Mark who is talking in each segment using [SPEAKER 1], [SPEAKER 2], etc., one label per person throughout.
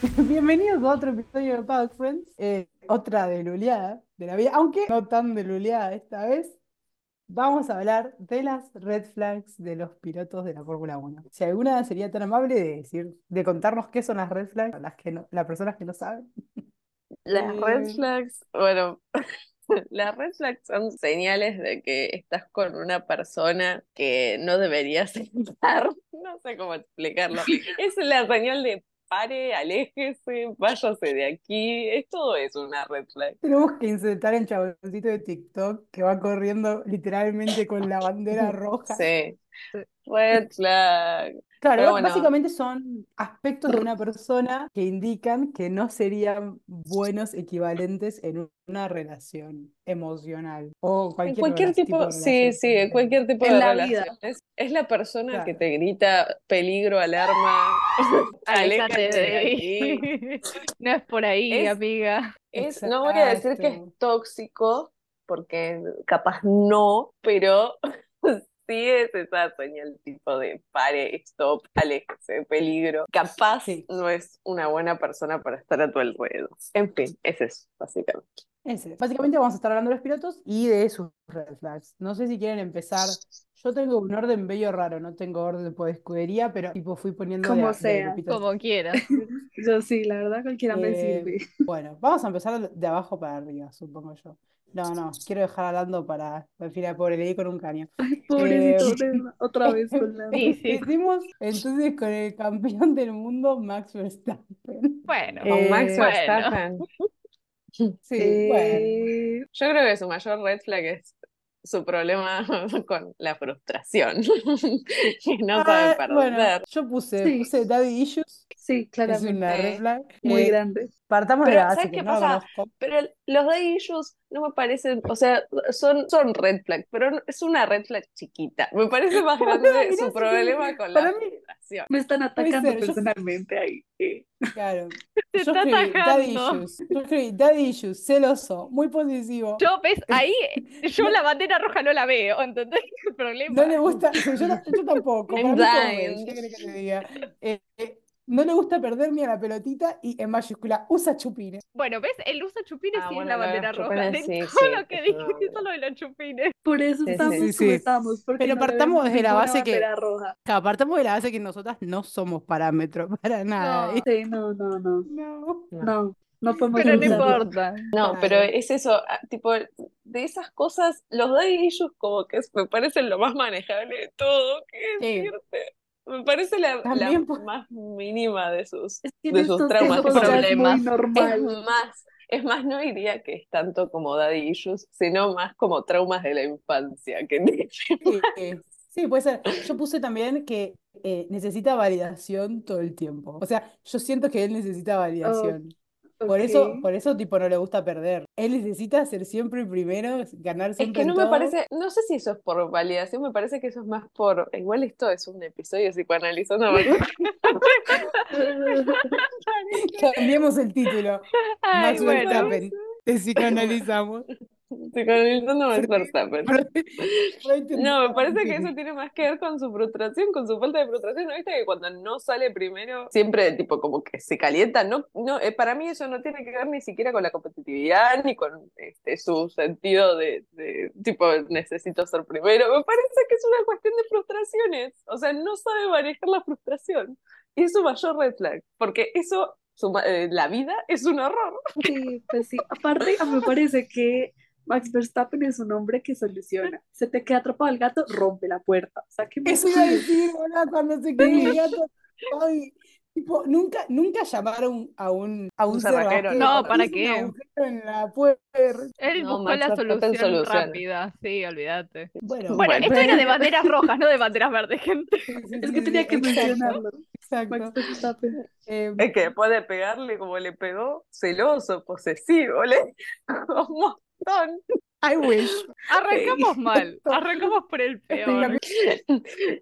[SPEAKER 1] otro episodio de Bad Friends, eh, otra deluleada de la vida, aunque no tan deluleada esta vez. Vamos a hablar de las red flags de los pilotos de la Fórmula 1. Si alguna sería tan amable de decir, de contarnos qué son las red flags, las que no, las personas que no saben.
[SPEAKER 2] Las red flags, bueno, las red flags son señales de que estás con una persona que no deberías estar. No sé cómo explicarlo. Es la señal de pare, aléjese, váyase de aquí. Es todo eso una red flag.
[SPEAKER 1] Tenemos que insertar el chaboncito de TikTok que va corriendo literalmente con la bandera roja.
[SPEAKER 2] Sí. Red flag.
[SPEAKER 1] Claro,
[SPEAKER 2] Pero bueno.
[SPEAKER 1] básicamente son aspectos de una persona que indican que no serían buenos equivalentes en una relación emocional o
[SPEAKER 2] En
[SPEAKER 1] cualquier,
[SPEAKER 2] cualquier
[SPEAKER 1] rela-
[SPEAKER 2] tipo,
[SPEAKER 1] de
[SPEAKER 2] sí,
[SPEAKER 1] relación.
[SPEAKER 2] sí, en cualquier tipo
[SPEAKER 3] En
[SPEAKER 2] de
[SPEAKER 3] la
[SPEAKER 2] relación.
[SPEAKER 3] vida.
[SPEAKER 2] Es, es la persona que
[SPEAKER 1] Claro.
[SPEAKER 2] te grita peligro, alarma,
[SPEAKER 3] Aléjate
[SPEAKER 2] aléjate
[SPEAKER 3] de
[SPEAKER 2] de
[SPEAKER 3] ahí.
[SPEAKER 2] aquí.
[SPEAKER 3] No es por ahí,
[SPEAKER 2] Es-
[SPEAKER 3] amiga.
[SPEAKER 2] Es, no voy a decir que es
[SPEAKER 1] Exacto.
[SPEAKER 2] tóxico, porque capaz no, pero sí es esa señal tipo de pare, stop, aléjese, peligro. Capaz
[SPEAKER 1] Sí.
[SPEAKER 2] no es una buena persona para estar a tu alrededor. En fin, es eso, básicamente.
[SPEAKER 1] Ese. Básicamente vamos a estar hablando de los pilotos y de sus red flags. No sé si quieren empezar. Yo tengo un orden bello raro, no tengo orden por escudería, pero tipo fui poniendo de
[SPEAKER 3] Como
[SPEAKER 1] a- de
[SPEAKER 3] sea,
[SPEAKER 1] grupitos.
[SPEAKER 3] Como quieras.
[SPEAKER 4] Yo sí, la verdad cualquiera me
[SPEAKER 1] Eh,
[SPEAKER 4] sirve.
[SPEAKER 1] Bueno, vamos a empezar de abajo para arriba, supongo yo. No, no, quiero dejar hablando para al final, pobre, le di con un caño.
[SPEAKER 4] Ay, pobrecito,
[SPEAKER 1] eh,
[SPEAKER 4] Lema, otra vez con la...
[SPEAKER 3] Sí, sí.
[SPEAKER 1] Hicimos entonces con el campeón del mundo, Max Verstappen.
[SPEAKER 3] Bueno,
[SPEAKER 1] Eh,
[SPEAKER 2] Con Max
[SPEAKER 1] bueno.
[SPEAKER 2] Verstappen.
[SPEAKER 1] Sí, bueno.
[SPEAKER 4] Eh,
[SPEAKER 2] Yo creo que su mayor red flag es su problema con la frustración. Que no sabe
[SPEAKER 1] Ah, bueno,
[SPEAKER 2] perder.
[SPEAKER 1] yo puse,
[SPEAKER 4] Sí.
[SPEAKER 1] puse Daddy Issues,
[SPEAKER 4] sí,
[SPEAKER 1] que es una
[SPEAKER 2] Claramente.
[SPEAKER 1] red flag.
[SPEAKER 4] muy
[SPEAKER 1] Eh,
[SPEAKER 4] grande.
[SPEAKER 1] Partamos de
[SPEAKER 2] Pero,
[SPEAKER 1] la base
[SPEAKER 2] ¿sabes
[SPEAKER 1] que
[SPEAKER 2] qué
[SPEAKER 1] no lo
[SPEAKER 2] pasa?
[SPEAKER 1] conozco.
[SPEAKER 2] Pero el- los daddy issues no me parecen, o sea, son, son red flag, pero no- es una red flag chiquita. Me parece más
[SPEAKER 1] Boluda,
[SPEAKER 2] grande
[SPEAKER 1] mirá,
[SPEAKER 2] su
[SPEAKER 1] sí,
[SPEAKER 2] problema con la
[SPEAKER 1] para mí-
[SPEAKER 2] frustración.
[SPEAKER 4] Me están atacando
[SPEAKER 1] ser, yo-
[SPEAKER 4] personalmente ahí. eh.
[SPEAKER 1] Claro.
[SPEAKER 3] Te
[SPEAKER 1] Yo
[SPEAKER 3] está
[SPEAKER 1] escribí Daddy
[SPEAKER 3] atacando.
[SPEAKER 1] Issues. Yo escribí Daddy Issues, celoso, muy posesivo.
[SPEAKER 3] yo ves, ahí yo la bandera roja no la veo, ¿entendés? El problema.
[SPEAKER 1] No le gusta, sí, yo, no- yo tampoco, para
[SPEAKER 2] I'm
[SPEAKER 1] mí todo
[SPEAKER 2] dying.
[SPEAKER 1] bien, ¿qué querés que te diga? Eh, eh, no le gusta perder ni a la pelotita y en mayúscula usa chupines.
[SPEAKER 3] Bueno, ¿ves? El usa chupines
[SPEAKER 2] Ah,
[SPEAKER 3] sí es
[SPEAKER 2] bueno,
[SPEAKER 3] la
[SPEAKER 2] lo de los
[SPEAKER 3] bandera roja.
[SPEAKER 2] chupines,
[SPEAKER 3] De
[SPEAKER 2] sí,
[SPEAKER 3] todo
[SPEAKER 2] sí,
[SPEAKER 3] lo que
[SPEAKER 2] es una
[SPEAKER 3] dijiste,
[SPEAKER 2] bandera.
[SPEAKER 3] solo de los chupines.
[SPEAKER 4] Por eso
[SPEAKER 2] Sí,
[SPEAKER 4] estamos
[SPEAKER 1] sí, sí.
[SPEAKER 4] como estamos, porque
[SPEAKER 1] Pero
[SPEAKER 4] no le
[SPEAKER 1] partamos
[SPEAKER 4] vemos
[SPEAKER 1] desde la
[SPEAKER 4] ninguna
[SPEAKER 1] base que-
[SPEAKER 4] bandera roja.
[SPEAKER 1] Apartamos de la base que nosotras no somos parámetro para nada.
[SPEAKER 3] No.
[SPEAKER 1] ¿eh?
[SPEAKER 4] Sí, no, no, no,
[SPEAKER 1] No.
[SPEAKER 4] no, no podemos
[SPEAKER 3] Pero no
[SPEAKER 4] usarlo.
[SPEAKER 3] importa.
[SPEAKER 2] No,
[SPEAKER 1] Claro.
[SPEAKER 2] pero es eso, ah, tipo, de esas cosas, los daddy issues como que me parecen lo más manejable de todo, qué
[SPEAKER 1] Sí.
[SPEAKER 2] decirte. Me parece la, la
[SPEAKER 1] También por-
[SPEAKER 2] más mínima de sus,
[SPEAKER 4] Es que
[SPEAKER 2] de
[SPEAKER 4] en
[SPEAKER 2] sus
[SPEAKER 4] estos
[SPEAKER 2] traumas y
[SPEAKER 4] tiempos ya es
[SPEAKER 2] problemas.
[SPEAKER 4] muy
[SPEAKER 2] Es
[SPEAKER 4] normal.
[SPEAKER 2] más, es más, no diría que es tanto como daddy issues, sino más como traumas de la infancia que
[SPEAKER 1] Sí, eh, sí, puede ser. Yo puse también que eh, necesita validación todo el tiempo. O sea, yo siento que él necesita validación. Por eso,
[SPEAKER 4] Ok.
[SPEAKER 1] por eso tipo no le gusta perder. Él necesita ser siempre el primero, ganar
[SPEAKER 2] Es
[SPEAKER 1] siempre
[SPEAKER 2] que
[SPEAKER 1] en
[SPEAKER 2] no me
[SPEAKER 1] todo.
[SPEAKER 2] parece, no sé si eso es por validación, me parece que eso es más por, igual esto es un episodio psicoanalizando, ¿verdad?
[SPEAKER 1] Cambiemos el título.
[SPEAKER 3] Ay,
[SPEAKER 1] Max
[SPEAKER 3] bueno.
[SPEAKER 1] Verstappen. Te psicoanalizamos.
[SPEAKER 2] psicoanalizando Max Verstappen. No, me parece que eso tiene más que ver con su frustración, con su falta de frustración. ¿No viste que cuando no sale primero, siempre tipo como que se calienta? No, no, eh, para mí eso no tiene que ver ni siquiera con la competitividad ni con este, su sentido de, de, tipo necesito ser primero. Me parece que es una cuestión de frustraciones. O sea, no sabe manejar la frustración. Y es su mayor red flag, porque eso, su ma- eh, la vida es un horror.
[SPEAKER 4] Sí, pues sí. Aparte, a mí me parece que Max Verstappen es un hombre que soluciona. Se te queda atrapado el gato, rompe la puerta. O sea, que
[SPEAKER 1] Eso iba a decir, boluda, cuando se quedó el gato. Ay, tipo, nunca, nunca llamaron a un, a un
[SPEAKER 2] Un cerrajero,
[SPEAKER 1] cerrajero.
[SPEAKER 3] no, ¿para
[SPEAKER 1] Hizo un
[SPEAKER 3] qué?
[SPEAKER 1] agujero en la puerta.
[SPEAKER 3] Él
[SPEAKER 2] No,
[SPEAKER 3] buscó
[SPEAKER 2] Max
[SPEAKER 3] la
[SPEAKER 2] Verstappen
[SPEAKER 3] solución
[SPEAKER 2] soluciona.
[SPEAKER 3] rápida. Sí, olvídate.
[SPEAKER 1] Bueno,
[SPEAKER 3] Bueno,
[SPEAKER 2] Bueno.
[SPEAKER 3] esto era de banderas rojas, no de banderas verdes, gente.
[SPEAKER 1] sí, sí,
[SPEAKER 4] Es
[SPEAKER 1] sí,
[SPEAKER 4] que
[SPEAKER 1] sí,
[SPEAKER 4] tenía que
[SPEAKER 1] exacto,
[SPEAKER 4] mencionarlo. Max
[SPEAKER 1] Exacto.
[SPEAKER 4] Verstappen.
[SPEAKER 1] Eh,
[SPEAKER 2] Es que después de pegarle como le pegó, celoso, posesivo, le un montón.
[SPEAKER 1] I wish.
[SPEAKER 3] Arrancamos mal. Arrancamos por el peor.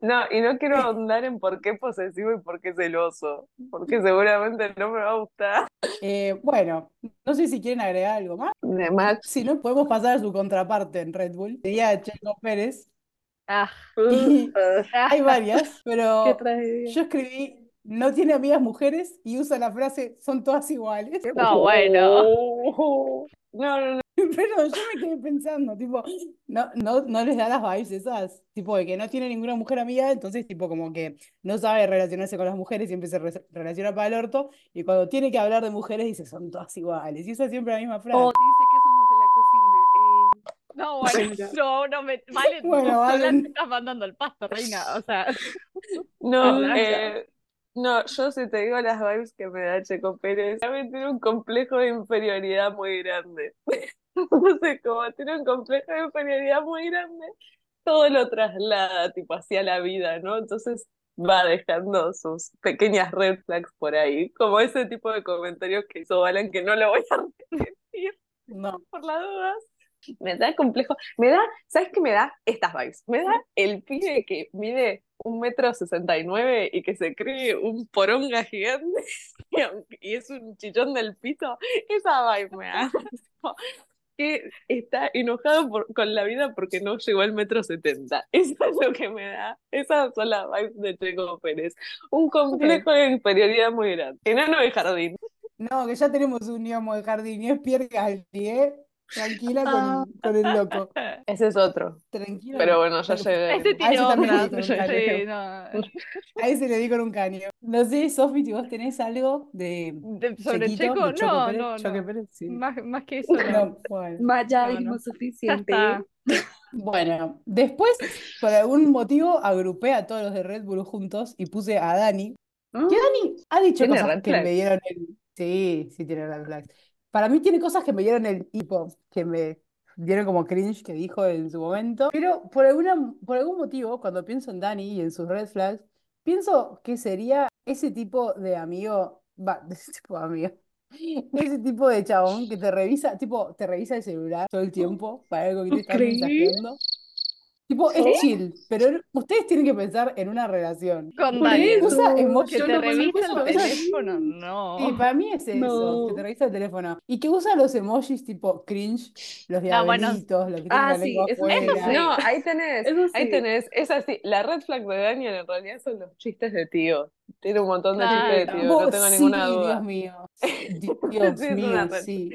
[SPEAKER 2] No, y no quiero ahondar en por qué posesivo y por qué celoso, porque seguramente no me va a gustar.
[SPEAKER 1] Eh, bueno, no sé si quieren agregar algo más.
[SPEAKER 2] De Max,
[SPEAKER 1] Si no, podemos pasar a su contraparte en Red Bull. Sería Checo Pérez.
[SPEAKER 3] Ah,
[SPEAKER 1] Y
[SPEAKER 4] Ah,
[SPEAKER 1] hay varias, pero Oh,
[SPEAKER 4] qué tragedia.
[SPEAKER 1] yo escribí no tiene amigas mujeres y usa la frase son todas iguales.
[SPEAKER 3] No, bueno.
[SPEAKER 2] Oh. No, no, no.
[SPEAKER 1] Pero yo me quedé pensando, tipo, no, no, no les da las vibes esas, tipo, de que no tiene ninguna mujer amiga, entonces, tipo, como que no sabe relacionarse con las mujeres, siempre se re- relaciona para el orto, y cuando tiene que hablar de mujeres dice, son todas iguales, y usa siempre la misma frase.
[SPEAKER 3] Oh.
[SPEAKER 4] O dice que somos de la
[SPEAKER 3] No, bueno.
[SPEAKER 4] cocina. eh, Mira.
[SPEAKER 3] No, no me. Vale,
[SPEAKER 1] Bueno,
[SPEAKER 3] vos sola
[SPEAKER 1] Valen.
[SPEAKER 3] te estás mandando el pasto, reina. O sea,
[SPEAKER 2] No,
[SPEAKER 4] Ah,
[SPEAKER 2] eh, no, yo si te digo las vibes que me da Checo Pérez, también tiene un complejo de inferioridad muy grande. No sé cómo, tiene un complejo de inferioridad muy grande, todo lo traslada tipo hacia la vida, ¿no? Entonces va dejando sus pequeñas red flags por ahí, como ese tipo de comentarios que hizo Alan, que no lo voy a
[SPEAKER 1] No,
[SPEAKER 2] por las dudas. Me da complejo. Me da, ¿sabes qué me da? Estas vibes. Me da el pibe que mide un metro sesenta y nueve y que se cree un poronga gigante y, aunque- y es un chichón del pito. Esa vibe me da. Tipo, Que está enojado por- con la vida porque no llegó al metro setenta. Eso es lo que me da. Esas son las vibes de Checo Pérez. Un complejo de inferioridad muy grande. Enano de jardín.
[SPEAKER 1] no, que ya tenemos un ñomo de jardín, y es Pierre Gasly, ¿eh? Tranquila
[SPEAKER 4] Ah.
[SPEAKER 1] con, con el loco.
[SPEAKER 2] Ese es otro.
[SPEAKER 1] Tranquila.
[SPEAKER 2] Pero bueno, ya llegué.
[SPEAKER 3] ese
[SPEAKER 1] A
[SPEAKER 3] tiene
[SPEAKER 1] eso también
[SPEAKER 3] otra.
[SPEAKER 1] le digo,
[SPEAKER 3] Sí,
[SPEAKER 1] Karen.
[SPEAKER 3] no.
[SPEAKER 1] Ahí se le di con un caño. No sé, Sofi, si vos tenés algo de
[SPEAKER 3] De- sobre
[SPEAKER 1] Chequito,
[SPEAKER 3] Checo,
[SPEAKER 1] de Choco
[SPEAKER 3] no,
[SPEAKER 1] Pérez,
[SPEAKER 3] no, no.
[SPEAKER 1] Choque Pérez, sí.
[SPEAKER 3] Más, más que eso. No.
[SPEAKER 1] No, bueno.
[SPEAKER 4] Ma, ya
[SPEAKER 3] No, no.
[SPEAKER 4] dijimos
[SPEAKER 3] Ya
[SPEAKER 4] suficiente.
[SPEAKER 3] está.
[SPEAKER 1] Bueno, después, por algún motivo, agrupé a todos los de Red Bull juntos y puse a Dani.
[SPEAKER 4] Ah,
[SPEAKER 1] ¿Qué Dani? Ha dicho
[SPEAKER 2] Tiene
[SPEAKER 1] cosas
[SPEAKER 2] red
[SPEAKER 1] que
[SPEAKER 2] flags.
[SPEAKER 1] me dieron el... Sí, sí tiene red flags. Para mí tiene cosas que me dieron el hipo, que me dieron como cringe que dijo en su momento. Pero por alguna, por algún motivo, cuando pienso en Dani y en sus red flags, pienso que sería ese tipo de amigo, va, de ese tipo de amigo, ese tipo de chabón que te revisa, tipo, te revisa el celular todo el tiempo para algo que te estás
[SPEAKER 4] Increíble.
[SPEAKER 1] mensajeando. Tipo, es chill, pero ustedes tienen que pensar en una relación.
[SPEAKER 3] Con
[SPEAKER 4] Por
[SPEAKER 3] Dani.
[SPEAKER 4] eso,
[SPEAKER 1] Usa emoji-
[SPEAKER 3] Que
[SPEAKER 4] yo
[SPEAKER 3] te
[SPEAKER 4] no
[SPEAKER 1] revi-
[SPEAKER 3] revisa
[SPEAKER 1] puso-
[SPEAKER 3] el
[SPEAKER 1] eso-
[SPEAKER 3] teléfono, no.
[SPEAKER 1] Sí, para mí es eso, que
[SPEAKER 4] Oh, No.
[SPEAKER 1] te revisa el teléfono. Y que usa los emojis tipo cringe, los de
[SPEAKER 3] Ah, bueno.
[SPEAKER 1] abanitos, los que tienen
[SPEAKER 4] Ah,
[SPEAKER 1] la
[SPEAKER 4] sí,
[SPEAKER 1] lengua
[SPEAKER 4] eso sí. Eso
[SPEAKER 1] afuera.
[SPEAKER 4] sí.
[SPEAKER 2] No, ahí tenés,
[SPEAKER 4] Eso
[SPEAKER 2] ahí
[SPEAKER 4] sí.
[SPEAKER 2] tenés, es así, la red flag de Daniel en realidad son los chistes de tío. Tiene un montón de chistes de
[SPEAKER 3] Claro.
[SPEAKER 2] tío, no
[SPEAKER 1] Vos-
[SPEAKER 2] tengo
[SPEAKER 1] sí,
[SPEAKER 2] ninguna
[SPEAKER 1] Dios
[SPEAKER 2] duda.
[SPEAKER 1] mío. Dios
[SPEAKER 2] Sí, es una
[SPEAKER 1] mío,
[SPEAKER 2] red
[SPEAKER 1] sí.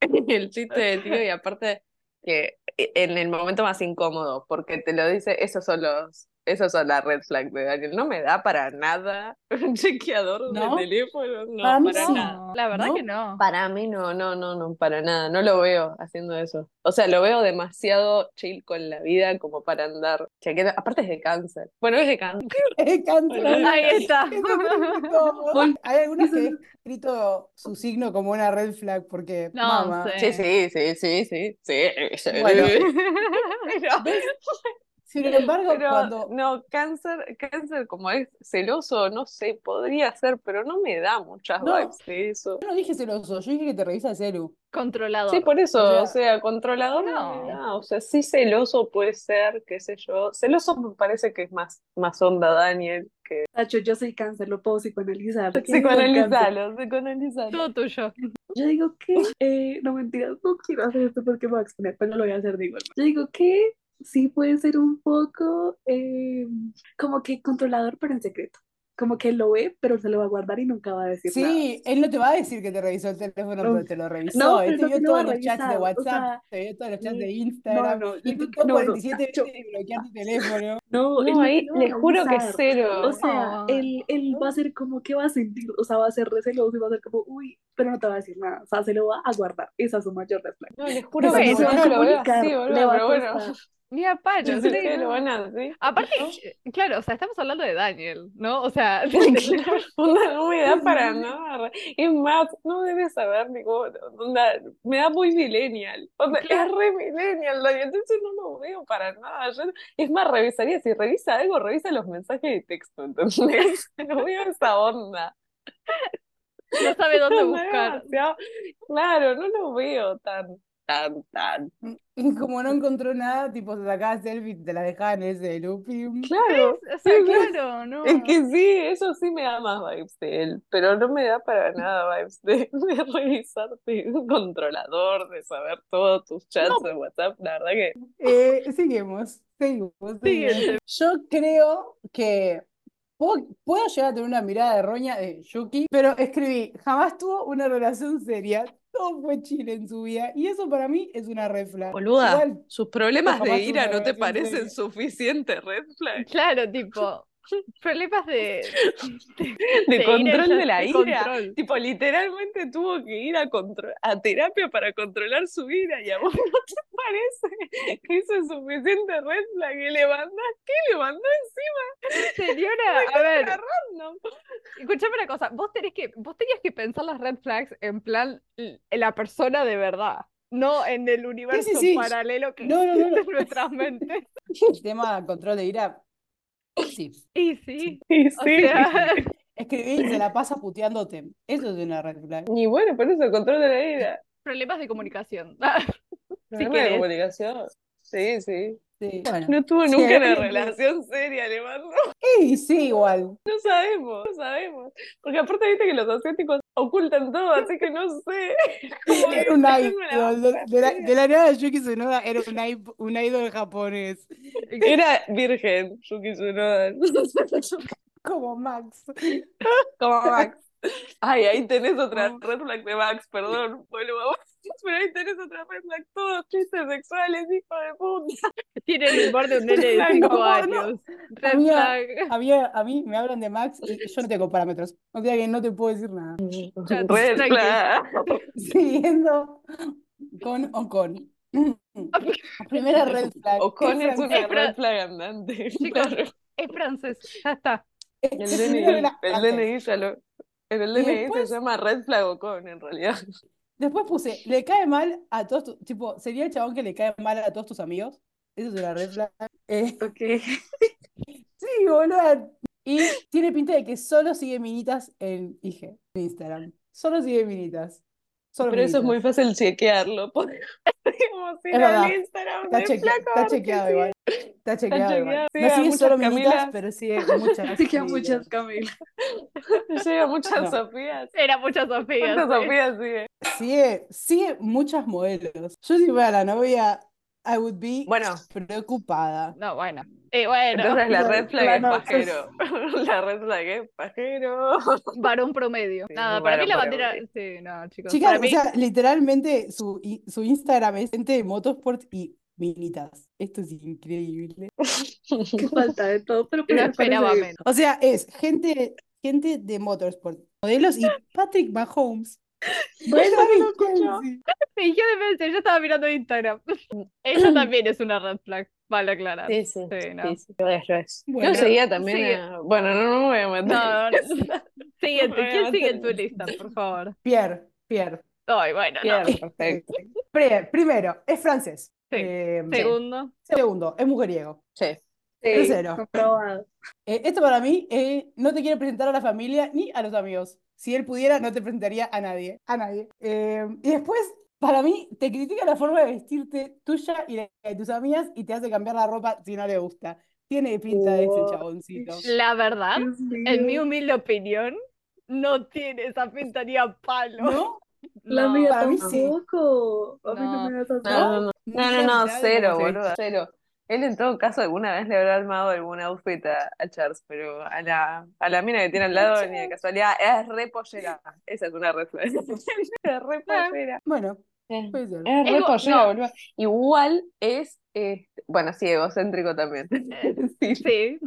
[SPEAKER 2] El chiste de tío y aparte que eh, en el momento más incómodo, porque te lo dice, esos son los, esos son la red flag de Daniel. No me da para nada un chequeador de
[SPEAKER 1] ¿No?
[SPEAKER 2] teléfono, no,
[SPEAKER 1] Para mí
[SPEAKER 2] para
[SPEAKER 1] sí.
[SPEAKER 2] nada.
[SPEAKER 3] La verdad
[SPEAKER 1] ¿No?
[SPEAKER 3] que no.
[SPEAKER 2] Para mí no, no, no, no, para nada, no lo veo haciendo eso. O sea, lo veo demasiado chill con la vida como para andar chequeando. Aparte es de cáncer. Bueno, es de cáncer.
[SPEAKER 1] Es cáncer.
[SPEAKER 3] Ahí está.
[SPEAKER 1] Eso es incómodo. Hay algunas que
[SPEAKER 4] Eso
[SPEAKER 1] he escrito su signo como una red flag porque,
[SPEAKER 3] No
[SPEAKER 1] mamá,
[SPEAKER 3] sé.
[SPEAKER 2] Sí, sí, sí, sí, sí, sí. sí.
[SPEAKER 1] Bueno.
[SPEAKER 3] Pero-
[SPEAKER 1] sin embargo,
[SPEAKER 2] Pero
[SPEAKER 1] cuando
[SPEAKER 2] no, cáncer, cáncer como es celoso, no sé, podría ser, pero no me da muchas
[SPEAKER 1] No.
[SPEAKER 2] vibes de eso.
[SPEAKER 1] yo no dije celoso, yo dije que te revisa el celu.
[SPEAKER 3] Controlador.
[SPEAKER 2] Sí, por eso,
[SPEAKER 1] O sea,
[SPEAKER 2] o sea, controlador no me
[SPEAKER 3] no.
[SPEAKER 2] da, o sea, sí celoso puede ser, qué sé yo. Celoso me parece que es más, más onda Daniel.
[SPEAKER 4] Tacho, yo soy cáncer, lo puedo psicoanalizar. ¿Qué digo del cáncer?
[SPEAKER 2] Psicoanalizalo, psicoanalizalo.
[SPEAKER 3] Todo tuyo.
[SPEAKER 4] Yo digo que, eh, no mentiras, no quiero hacer esto porque me voy a exponer, pero lo voy a hacer de igual. manera. Yo digo que sí puede ser un poco eh, como que controlador, pero en secreto. Como que lo ve, pero se lo va a guardar y nunca va a decir nada.
[SPEAKER 1] Sí, él no te va a decir que te revisó el teléfono,
[SPEAKER 4] No.
[SPEAKER 1] pero te lo revisó.
[SPEAKER 4] No,
[SPEAKER 1] Él
[SPEAKER 4] pero
[SPEAKER 1] te
[SPEAKER 4] no
[SPEAKER 1] vio
[SPEAKER 4] te lo
[SPEAKER 1] todos
[SPEAKER 4] va a
[SPEAKER 1] los chats de
[SPEAKER 4] revisar, o
[SPEAKER 1] WhatsApp,
[SPEAKER 4] sea,
[SPEAKER 1] te vio todos los chats
[SPEAKER 4] no,
[SPEAKER 1] de
[SPEAKER 4] No,
[SPEAKER 1] Instagram,
[SPEAKER 4] no, yo digo que
[SPEAKER 1] intentó
[SPEAKER 4] no, no,
[SPEAKER 1] 47
[SPEAKER 4] Tacho,
[SPEAKER 1] veces bloquear tu teléfono.
[SPEAKER 4] no, él
[SPEAKER 2] No,
[SPEAKER 4] no
[SPEAKER 2] ahí
[SPEAKER 4] te lo va a
[SPEAKER 2] le juro que
[SPEAKER 4] revisar.
[SPEAKER 2] cero.
[SPEAKER 4] O sea,
[SPEAKER 3] No.
[SPEAKER 4] él, él va a ser como que va a sentir, o sea, va a ser receloso y va a ser como, uy, pero no te va a decir nada, o sea, se lo va a guardar. Esa es su mayor red flag.
[SPEAKER 2] No, le juro
[SPEAKER 3] Eso
[SPEAKER 2] que
[SPEAKER 3] no
[SPEAKER 2] yo
[SPEAKER 3] va a
[SPEAKER 2] no lo veo
[SPEAKER 4] comunicar,
[SPEAKER 2] así, boludo,
[SPEAKER 4] le va a
[SPEAKER 2] pero bueno,
[SPEAKER 4] costar.
[SPEAKER 3] Ni a palo,
[SPEAKER 2] yo
[SPEAKER 3] sí,
[SPEAKER 2] sé que
[SPEAKER 3] no.
[SPEAKER 2] lo van a decir.
[SPEAKER 3] Aparte, claro, o sea, estamos hablando de Daniel, ¿no? O sea,
[SPEAKER 2] Onda, no me da para nada. Es más, no debes saber ni cómo. onda, me da muy millennial. Onda, es
[SPEAKER 3] Claro.
[SPEAKER 2] re millennial, Dani, entonces no lo veo para nada. Yo- es más, revisaría, si revisa algo, revisa los mensajes de texto, ¿entendés? No veo esa onda.
[SPEAKER 3] no sabe dónde
[SPEAKER 2] No veo
[SPEAKER 3] buscar.
[SPEAKER 2] demasiado- Claro, no lo veo tan, tan, tan.
[SPEAKER 1] Y como no encontró nada, tipo se sacaba selfie y te la dejaba en ese loop. y-
[SPEAKER 2] Claro,
[SPEAKER 3] O sea,
[SPEAKER 2] Sí, sí.
[SPEAKER 3] claro, no.
[SPEAKER 2] es que sí, eso sí me da más vibes de él, pero no me da para nada vibes de, de revisarte un controlador, de saber todos tus chats de WhatsApp, la verdad que
[SPEAKER 1] Eh, seguimos, seguimos, seguimos.
[SPEAKER 3] Siguiente.
[SPEAKER 1] Yo creo que Puedo, puedo llegar a tener una mirada de roña de Yuki, pero escribí, jamás tuvo una relación seria, todo fue chile en su vida, y eso para mí es una red flag.
[SPEAKER 2] Boluda,
[SPEAKER 1] Igual,
[SPEAKER 2] sus problemas
[SPEAKER 1] Jamás
[SPEAKER 2] de
[SPEAKER 1] tuve
[SPEAKER 2] ira
[SPEAKER 1] una
[SPEAKER 2] no te
[SPEAKER 1] relación seria.
[SPEAKER 2] parecen suficientes red flag.
[SPEAKER 3] Claro, tipo, problemas de,
[SPEAKER 2] De
[SPEAKER 3] ira y
[SPEAKER 2] control
[SPEAKER 3] ya-
[SPEAKER 2] de la
[SPEAKER 3] de
[SPEAKER 2] ira.
[SPEAKER 3] control.
[SPEAKER 2] Tipo, literalmente tuvo que ir a, contro- a terapia para controlar su ira y a vos no te parece que eso es suficiente red flag que le mandás. ¿Qué le mandás
[SPEAKER 3] señora, a ver,
[SPEAKER 2] a random?
[SPEAKER 3] escuchame una cosa, vos tenés que, vos tenías que pensar las red flags en plan l- en la persona de verdad, no en el universo
[SPEAKER 1] sí.
[SPEAKER 3] paralelo que
[SPEAKER 1] No, no, no, no.
[SPEAKER 3] existe en nuestras mentes.
[SPEAKER 1] el tema control de ira, sí.
[SPEAKER 3] Y sí,
[SPEAKER 2] Y
[SPEAKER 3] o
[SPEAKER 2] sí.
[SPEAKER 3] sea,
[SPEAKER 1] Escribí y se la pasa puteándote. Eso es una red flag.
[SPEAKER 2] Y bueno, por eso, control de la ira.
[SPEAKER 3] problemas de comunicación.
[SPEAKER 2] Problema de
[SPEAKER 3] querés.
[SPEAKER 2] comunicación. Sí, sí.
[SPEAKER 1] Sí. Bueno.
[SPEAKER 2] No tuvo
[SPEAKER 1] Sí,
[SPEAKER 2] nunca una
[SPEAKER 1] es-
[SPEAKER 2] relación seria, le mandó.
[SPEAKER 1] Y sí, igual.
[SPEAKER 2] No sabemos, no sabemos. Porque aparte viste que los asiáticos ocultan todo, así que no sé. Como que
[SPEAKER 1] Era un
[SPEAKER 2] tengo
[SPEAKER 1] idol.
[SPEAKER 2] la
[SPEAKER 1] De la, de la nada, Yuki Tsunoda era un, i- un idol japonés.
[SPEAKER 2] Era virgen, Yuki Tsunoda.
[SPEAKER 1] Como Max.
[SPEAKER 2] Como Max. Ay, ahí tenés otra red flag de Max, perdón, boludo. Pero ahí tenés otra red flag, todos chistes sexuales, hijo de puta.
[SPEAKER 3] Tiene el humor de un nene de
[SPEAKER 2] Flag,
[SPEAKER 3] 5
[SPEAKER 1] ¿cómo no?
[SPEAKER 3] años. Red
[SPEAKER 1] Amiga.
[SPEAKER 3] flag.
[SPEAKER 1] A mí, a mí me hablan de Max y yo no tengo parámetros. O sea que no te puedo decir nada.
[SPEAKER 3] Chat,
[SPEAKER 2] Red
[SPEAKER 3] tranqui.
[SPEAKER 2] flag.
[SPEAKER 1] Siguiendo con Ocon. Primera red flag.
[SPEAKER 2] Ah, pues, Ocon es
[SPEAKER 1] francés.
[SPEAKER 2] una
[SPEAKER 3] pero-
[SPEAKER 2] red flag andante.
[SPEAKER 3] Chicos,
[SPEAKER 2] claro.
[SPEAKER 3] Es francés, ya está.
[SPEAKER 2] El
[SPEAKER 1] Sí,
[SPEAKER 2] DNI,
[SPEAKER 1] era una
[SPEAKER 2] el
[SPEAKER 1] francés.
[SPEAKER 2] DNI ya lo. En el
[SPEAKER 1] Y
[SPEAKER 2] DNI
[SPEAKER 1] después-
[SPEAKER 2] se llama Red Flag Ocon, en realidad.
[SPEAKER 1] Después puse, le cae mal a todos tus, tipo, sería el chabón que le cae mal a todos tus amigos. Eso es una red flag. Eh,
[SPEAKER 4] Ok.
[SPEAKER 1] sí, boludo. Y tiene pinta de que solo sigue minitas en IG, en Instagram. Solo sigue minitas. Solo
[SPEAKER 2] Pero eso es muy
[SPEAKER 1] minitas.
[SPEAKER 2] fácil chequearlo. Podemos ir
[SPEAKER 1] Es verdad.
[SPEAKER 2] al Instagram
[SPEAKER 1] Está,
[SPEAKER 2] de
[SPEAKER 1] cheque-
[SPEAKER 2] flaco.
[SPEAKER 1] está chequeado igual. Está chequeado igual.
[SPEAKER 2] chequeado.
[SPEAKER 1] No
[SPEAKER 2] Sigue a
[SPEAKER 1] sigue
[SPEAKER 2] muchas
[SPEAKER 1] solo minitas,
[SPEAKER 2] Camilas.
[SPEAKER 1] pero sigue muchas.
[SPEAKER 4] Así que a
[SPEAKER 1] minitas.
[SPEAKER 4] muchas, Camila.
[SPEAKER 2] Llega muchas
[SPEAKER 1] No.
[SPEAKER 2] Sofías.
[SPEAKER 3] Era mucha Sofía.
[SPEAKER 2] ¿Cuántas
[SPEAKER 3] sí.
[SPEAKER 2] Sofías sigue?
[SPEAKER 1] Sigue, sigue muchas modelos. Yo si fuera la novia, I would be
[SPEAKER 2] Bueno.
[SPEAKER 1] preocupada.
[SPEAKER 3] No, bueno. Eh, bueno,
[SPEAKER 2] Entonces la
[SPEAKER 1] La-
[SPEAKER 2] red flag
[SPEAKER 1] la
[SPEAKER 2] es
[SPEAKER 1] no-
[SPEAKER 2] pajero. La red flag es pajero.
[SPEAKER 3] varón promedio.
[SPEAKER 2] Sí,
[SPEAKER 3] Nada,
[SPEAKER 2] un
[SPEAKER 3] para mí
[SPEAKER 2] varón
[SPEAKER 3] la
[SPEAKER 2] promedio.
[SPEAKER 3] bandera. Sí, no, chicos.
[SPEAKER 1] Chicas,
[SPEAKER 3] para
[SPEAKER 1] o
[SPEAKER 3] mí-
[SPEAKER 1] sea, literalmente su, i- su Instagram es gente de motorsport y minitas. Esto es increíble.
[SPEAKER 4] Qué falta de todo, pero
[SPEAKER 3] no
[SPEAKER 4] pues, me parece
[SPEAKER 3] esperaba
[SPEAKER 4] bien.
[SPEAKER 3] menos.
[SPEAKER 1] O sea, es gente, gente de motorsport, modelos y Patrick Mahomes.
[SPEAKER 4] Bueno,
[SPEAKER 1] Travis
[SPEAKER 4] no lo escucho.
[SPEAKER 1] Kelce.
[SPEAKER 3] Y yo de vez, yo estaba mirando Instagram. Ella también es una red flag, vale aclarar.
[SPEAKER 2] Sí, sí.
[SPEAKER 3] Sí, no.
[SPEAKER 1] Bueno,
[SPEAKER 2] no seguía también
[SPEAKER 3] sigue.
[SPEAKER 2] a- Bueno, no, no me voy a meter.
[SPEAKER 3] No, no, no. Siguiente,
[SPEAKER 2] Bueno,
[SPEAKER 3] ¿quién sigue en tu
[SPEAKER 2] antes-
[SPEAKER 3] lista, por favor?
[SPEAKER 1] Pierre, Pierre.
[SPEAKER 3] Ay, bueno, no.
[SPEAKER 2] Bien, perfecto.
[SPEAKER 1] Pre- primero, es francés.
[SPEAKER 3] Sí.
[SPEAKER 1] Eh,
[SPEAKER 3] Segundo.
[SPEAKER 1] segundo, es mujeriego.
[SPEAKER 2] Sí.
[SPEAKER 1] Tercero.
[SPEAKER 4] comprobado.
[SPEAKER 1] Eh, esto para mí eh, no te quiere presentar a la familia ni a los amigos. Si él pudiera, no te presentaría a nadie. A nadie. Eh, y después, para mí, te critica la forma de vestirte tuya y la de tus amigas y te hace cambiar la ropa si no le gusta. Tiene pinta de ese
[SPEAKER 4] Wow.
[SPEAKER 1] chaboncito.
[SPEAKER 3] La verdad,
[SPEAKER 4] Dios
[SPEAKER 3] ¿Ah? en mi
[SPEAKER 4] mío.
[SPEAKER 3] humilde opinión, no tiene esa pinta ni a palo.
[SPEAKER 1] ¿No?
[SPEAKER 4] La
[SPEAKER 3] No.
[SPEAKER 4] mía
[SPEAKER 1] para mí sí.
[SPEAKER 4] tampoco. A mí
[SPEAKER 3] No,
[SPEAKER 4] no me das así.
[SPEAKER 2] No, no, no, no, no,
[SPEAKER 1] Mitad de
[SPEAKER 2] cero,
[SPEAKER 1] homosexual.
[SPEAKER 2] boluda, cero. Él en todo caso alguna vez le habrá armado algún outfit a, a Charles, pero a la, a la mina que tiene al lado ni de casualidad, es re pollera. Esa es una red flag. Es re pollera.
[SPEAKER 1] Bueno,
[SPEAKER 2] Es
[SPEAKER 1] puede ser.
[SPEAKER 2] re
[SPEAKER 3] Ego-
[SPEAKER 2] pollera,
[SPEAKER 3] no.
[SPEAKER 2] boluda. Igual es, eh, bueno, sí, egocéntrico también. Sí,
[SPEAKER 3] Sí,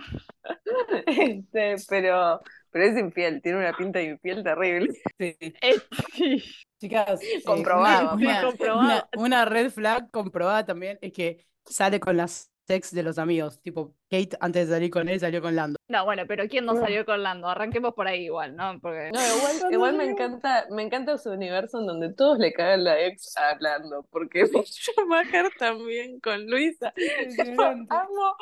[SPEAKER 2] este, pero, pero es infiel, tiene una pinta de infiel terrible.
[SPEAKER 3] es- sí.
[SPEAKER 1] Chicas, eh, una-
[SPEAKER 2] Comprobado,
[SPEAKER 1] una,
[SPEAKER 3] sí, comprobado.
[SPEAKER 1] una- una red flag comprobada también es que sale con las sex de los amigos. Tipo, Kate antes de salir con él salió con Lando.
[SPEAKER 3] No, bueno, pero ¿quién no
[SPEAKER 2] No.
[SPEAKER 3] salió con Lando? Arranquemos por ahí igual, ¿no? Porque
[SPEAKER 2] No, igual,
[SPEAKER 1] Cuando
[SPEAKER 2] igual me
[SPEAKER 1] llega-
[SPEAKER 2] encanta, me encanta su universo en donde todos le cagan la ex hablando, porque Schumacher también con Luisa. Amo,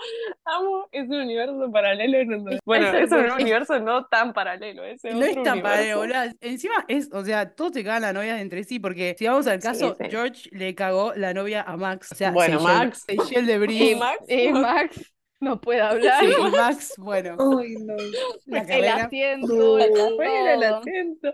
[SPEAKER 2] amo ese universo paralelo en donde- Bueno,
[SPEAKER 1] Ese
[SPEAKER 2] es un
[SPEAKER 1] universo-
[SPEAKER 2] universo no tan paralelo, ese
[SPEAKER 1] No es
[SPEAKER 2] otro
[SPEAKER 1] tan paralelo,
[SPEAKER 2] universo.
[SPEAKER 1] boluda. Encima es, o sea, todos se cagan las novias entre sí, porque si vamos al
[SPEAKER 2] Sí,
[SPEAKER 1] caso,
[SPEAKER 2] sí.
[SPEAKER 1] George le cagó la novia a Max. O sea,
[SPEAKER 2] Bueno,
[SPEAKER 1] Seychelles-
[SPEAKER 2] Max.
[SPEAKER 1] Seychelles de
[SPEAKER 2] Y
[SPEAKER 1] Brie.
[SPEAKER 2] Max,
[SPEAKER 3] Y Max, no puede hablar.
[SPEAKER 1] Sí, Max, bueno,
[SPEAKER 4] Ay, no.
[SPEAKER 1] la
[SPEAKER 3] El
[SPEAKER 1] carrera.
[SPEAKER 3] asiento, el
[SPEAKER 4] No.
[SPEAKER 2] Bueno, el
[SPEAKER 3] todo.
[SPEAKER 2] asiento.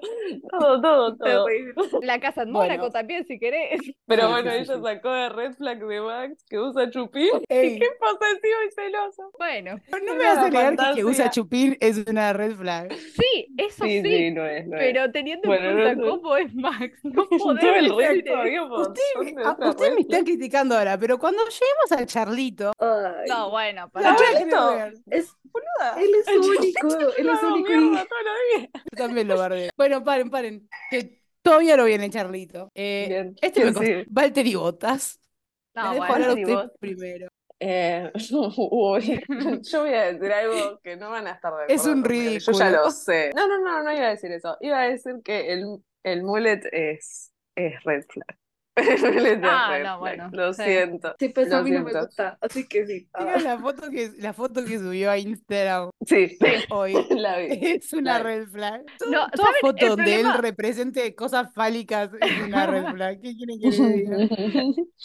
[SPEAKER 2] Todo, todo, todo.
[SPEAKER 4] Terrible.
[SPEAKER 3] La casa en
[SPEAKER 1] Bueno.
[SPEAKER 3] Mónaco también, si querés.
[SPEAKER 2] Pero
[SPEAKER 1] Sí,
[SPEAKER 2] bueno,
[SPEAKER 1] sí, sí,
[SPEAKER 2] ella
[SPEAKER 1] sí.
[SPEAKER 2] sacó de red flag de Max que usa chupín.
[SPEAKER 1] Ey,
[SPEAKER 2] Qué posesivo y celoso.
[SPEAKER 3] Bueno,
[SPEAKER 1] no me
[SPEAKER 2] Era
[SPEAKER 1] vas a negar que que
[SPEAKER 2] fantasía.
[SPEAKER 1] usa chupir es una red flag.
[SPEAKER 3] sí, eso sí,
[SPEAKER 2] no es, no
[SPEAKER 3] pero teniendo
[SPEAKER 2] Bueno,
[SPEAKER 3] en
[SPEAKER 2] no
[SPEAKER 3] cuenta
[SPEAKER 2] sé.
[SPEAKER 3] cómo es Max, no
[SPEAKER 2] Todo el
[SPEAKER 3] podemos
[SPEAKER 2] resto
[SPEAKER 3] decir eso.
[SPEAKER 2] había un montón de
[SPEAKER 1] Ah,
[SPEAKER 2] otras
[SPEAKER 1] Ustedes me
[SPEAKER 2] red
[SPEAKER 1] están criticando ahora, pero cuando lleguemos al charlito,
[SPEAKER 4] Ay,
[SPEAKER 3] No, bueno,
[SPEAKER 1] la
[SPEAKER 3] para
[SPEAKER 1] voy a
[SPEAKER 2] Charlito.
[SPEAKER 1] querer ver.
[SPEAKER 4] es,
[SPEAKER 2] flags.
[SPEAKER 4] él es
[SPEAKER 2] Yo-
[SPEAKER 4] único, él es
[SPEAKER 2] Hago
[SPEAKER 4] único. y-
[SPEAKER 2] mierda todos los días.
[SPEAKER 1] Yo también lo guardé. Bueno, paren, paren. Que todavía no viene Charlito. Eh,
[SPEAKER 2] Bien.
[SPEAKER 1] Este me
[SPEAKER 2] ¿Quién
[SPEAKER 1] costó.
[SPEAKER 2] sigue?
[SPEAKER 1] Valtteri Bottas.
[SPEAKER 3] No,
[SPEAKER 1] La dejo
[SPEAKER 3] bueno,
[SPEAKER 1] hablar a
[SPEAKER 2] Valtteri
[SPEAKER 1] usted
[SPEAKER 2] Bottas.
[SPEAKER 1] primero.
[SPEAKER 2] Eh, uy, yo voy a decir algo que no van a estar de acuerdo
[SPEAKER 1] Es un
[SPEAKER 2] conmigo, que yo ya
[SPEAKER 1] ridículo.
[SPEAKER 2] lo sé. No, no, no, no iba a decir eso. Iba a decir que el, el mullet es, es red flag. El mullet
[SPEAKER 3] Ah,
[SPEAKER 2] es red
[SPEAKER 3] no,
[SPEAKER 2] flag.
[SPEAKER 3] bueno,
[SPEAKER 2] Lo
[SPEAKER 3] sí.
[SPEAKER 2] siento.
[SPEAKER 4] Sí, pues
[SPEAKER 2] Lo
[SPEAKER 4] a mí no me
[SPEAKER 2] siento.
[SPEAKER 4] gusta, así que sí. Ah.
[SPEAKER 1] Mira la foto que, la foto que subió a Instagram
[SPEAKER 2] Sí,
[SPEAKER 1] hoy.
[SPEAKER 2] la vi.
[SPEAKER 1] Es una
[SPEAKER 2] Claro.
[SPEAKER 1] red flag. Todo-
[SPEAKER 3] No,
[SPEAKER 1] toda
[SPEAKER 3] ¿saben?
[SPEAKER 1] foto
[SPEAKER 3] El
[SPEAKER 1] donde
[SPEAKER 3] problema-
[SPEAKER 1] él represente cosas fálicas es una red flag. ¿Qué quieren que le diga?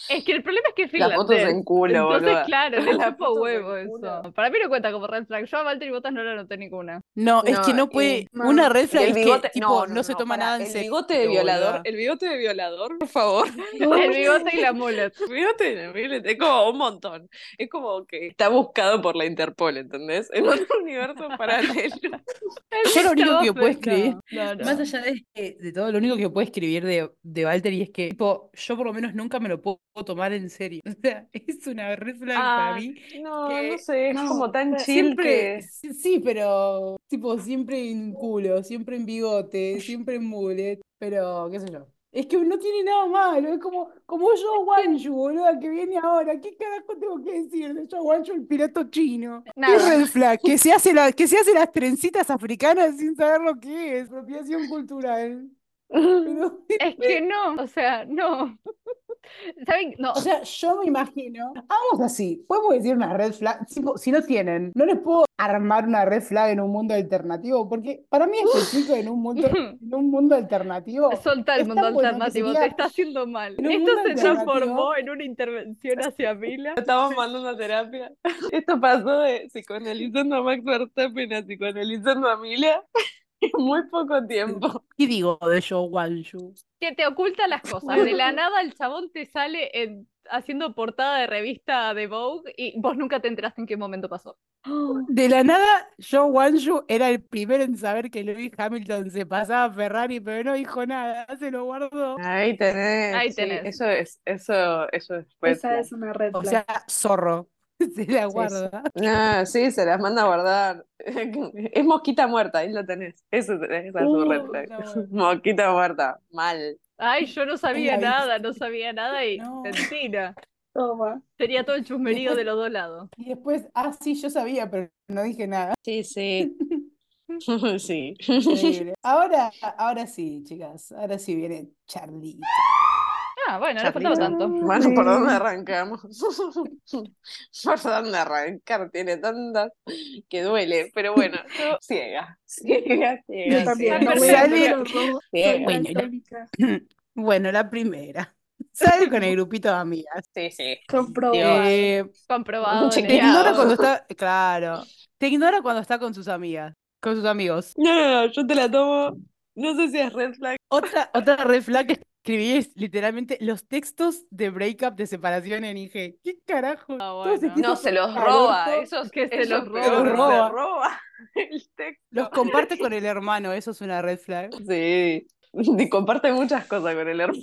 [SPEAKER 3] es que el problema es que es
[SPEAKER 2] La foto es
[SPEAKER 3] finlandés.
[SPEAKER 2] en culo,
[SPEAKER 3] Entonces,
[SPEAKER 2] boluda.
[SPEAKER 3] claro, le
[SPEAKER 2] La
[SPEAKER 3] chupa
[SPEAKER 2] foto es
[SPEAKER 3] huevo
[SPEAKER 2] en culo.
[SPEAKER 3] eso. Para mí no cuenta como red flag. Yo a Valtteri Bottas no la noté ninguna.
[SPEAKER 1] No, es que
[SPEAKER 2] No,
[SPEAKER 1] no puede.
[SPEAKER 2] y-
[SPEAKER 1] Una red
[SPEAKER 2] Y
[SPEAKER 1] flag
[SPEAKER 2] el
[SPEAKER 1] es que
[SPEAKER 2] bigote,
[SPEAKER 1] tipo,
[SPEAKER 2] no,
[SPEAKER 1] no
[SPEAKER 2] no,
[SPEAKER 1] se
[SPEAKER 2] no,
[SPEAKER 1] toma
[SPEAKER 2] pará,
[SPEAKER 1] nada en
[SPEAKER 2] el
[SPEAKER 1] serio,
[SPEAKER 2] bigote de violador,
[SPEAKER 1] boluda.
[SPEAKER 2] el bigote de violador, por favor.
[SPEAKER 3] El bigote y la mullet.
[SPEAKER 2] El bigote de violador, es como un montón. Es como que está buscado por la Interpol, ¿entendés? En otro universo paralelo.
[SPEAKER 1] Yo lo único
[SPEAKER 3] Estaba
[SPEAKER 1] que puedo
[SPEAKER 3] pensando.
[SPEAKER 1] escribir,
[SPEAKER 3] No, no.
[SPEAKER 1] más allá de, que- de todo, lo único que puedo escribir de, de Valtteri es que, tipo, yo por lo menos nunca me lo puedo tomar en serio. O sea, es una red flag para
[SPEAKER 2] Ah,
[SPEAKER 1] mí.
[SPEAKER 2] No,
[SPEAKER 1] que-
[SPEAKER 2] no eh, sé, es
[SPEAKER 1] no,
[SPEAKER 2] como tan
[SPEAKER 1] o sea,
[SPEAKER 2] chill
[SPEAKER 1] siempre,
[SPEAKER 2] que...
[SPEAKER 1] sí, sí, pero, tipo, siempre en culo, siempre en bigote, siempre en mullet, pero, qué sé yo. Es que no tiene nada malo, es como, como yo, Guanyu, boluda, que viene ahora. ¿Qué carajo tengo que decir de yo, Guanyu, el piloto chino?
[SPEAKER 3] Nada.
[SPEAKER 1] Es red flag, que se hace la- que se hace las trencitas africanas sin saber lo que es, apropiación cultural. Pero,
[SPEAKER 3] Es que no, o sea, no. ¿Saben? No,
[SPEAKER 1] o sea, yo me imagino, vamos así, podemos decir una red flag, tipo, si no tienen, no les puedo armar una red flag en un mundo alternativo, porque para mí este chico en un mundo, en un mundo alternativo,
[SPEAKER 3] solta el
[SPEAKER 1] es tan
[SPEAKER 3] mundo
[SPEAKER 1] bueno que
[SPEAKER 3] alternativo,
[SPEAKER 1] sería-
[SPEAKER 3] te está haciendo mal.
[SPEAKER 1] en un
[SPEAKER 3] Esto
[SPEAKER 1] mundo
[SPEAKER 3] se
[SPEAKER 1] alternativo-
[SPEAKER 3] transformó en una intervención hacia Mila.
[SPEAKER 2] Estamos mandando a terapia. Esto pasó de psicoanalizando a Max Verstappen a psicoanalizando a Emilia en muy poco tiempo.
[SPEAKER 1] ¿qué digo de yo, Guanyu?
[SPEAKER 3] Que te oculta las cosas. De la nada el chabón te sale en- haciendo portada de revista de Vogue y vos nunca te enteraste en qué momento pasó.
[SPEAKER 4] Oh,
[SPEAKER 1] De la nada, Joe Wanshu era el primero en saber que Lewis Hamilton se pasaba a Ferrari, pero no dijo nada, se lo guardó.
[SPEAKER 2] Ahí tenés.
[SPEAKER 3] Ahí
[SPEAKER 2] sí,
[SPEAKER 3] tenés.
[SPEAKER 2] eso es, eso, eso es red
[SPEAKER 4] esa
[SPEAKER 2] flag.
[SPEAKER 4] es una red
[SPEAKER 1] Pues O
[SPEAKER 4] flag.
[SPEAKER 1] sea, zorro, se la guarda.
[SPEAKER 2] Ah, sí, se las manda a guardar. Es mosquita muerta, ahí la tenés. Eso tenés, esa es su red
[SPEAKER 4] Uh,
[SPEAKER 2] flag.
[SPEAKER 1] no, bueno.
[SPEAKER 2] Mosquita muerta, mal.
[SPEAKER 3] Ay, yo no sabía
[SPEAKER 1] la viste.
[SPEAKER 3] nada, no sabía nada y
[SPEAKER 1] No.
[SPEAKER 3] mentira.
[SPEAKER 4] Toma.
[SPEAKER 3] Sería todo el chusmerío de los dos lados.
[SPEAKER 1] Y después, ah, sí, yo sabía, pero no dije nada.
[SPEAKER 2] Sí, sí. Sí.
[SPEAKER 1] Increíble. Ahora, ahora sí, chicas, ahora sí viene Charlie.
[SPEAKER 3] Ah, bueno, no
[SPEAKER 2] Charlito.
[SPEAKER 3] faltaba tanto.
[SPEAKER 2] Bueno, ¿por dónde arrancamos? ¿Por dónde arrancar? Tiene tantas que duele, pero bueno, yo ciega, ciega, ciega.
[SPEAKER 4] Yo también,
[SPEAKER 1] sí.
[SPEAKER 4] no voy a
[SPEAKER 1] Sale-
[SPEAKER 4] los rojos, soy
[SPEAKER 2] ciega.
[SPEAKER 1] Bueno,
[SPEAKER 4] la
[SPEAKER 1] la-
[SPEAKER 4] única.
[SPEAKER 1] Bueno, la primera. Sale con el grupito de amigas.
[SPEAKER 2] Sí, sí.
[SPEAKER 4] Comprobado.
[SPEAKER 1] Eh,
[SPEAKER 3] Comprobado,
[SPEAKER 2] Chequeado.
[SPEAKER 1] te
[SPEAKER 3] negado.
[SPEAKER 1] ignora cuando está, claro, te ignora cuando está con sus amigas, con sus amigos.
[SPEAKER 2] No, no, no, yo te la tomo. No sé si es red flag.
[SPEAKER 1] Otra, otra red flag que escribí es literalmente los textos de breakup de separación en IG. ¿Qué carajo?
[SPEAKER 3] Ah,
[SPEAKER 1] Todos
[SPEAKER 3] bueno.
[SPEAKER 1] escritos
[SPEAKER 2] No, se los
[SPEAKER 1] al
[SPEAKER 2] roba.
[SPEAKER 1] orto.
[SPEAKER 2] Eso es
[SPEAKER 3] Que se
[SPEAKER 2] eso
[SPEAKER 3] los
[SPEAKER 2] es
[SPEAKER 3] roba.
[SPEAKER 2] peor,
[SPEAKER 1] Se los
[SPEAKER 2] se
[SPEAKER 1] roba.
[SPEAKER 2] roba el texto.
[SPEAKER 1] Los comparte con el hermano, eso es una red flag.
[SPEAKER 2] Sí. Y comparte muchas cosas con el hermano.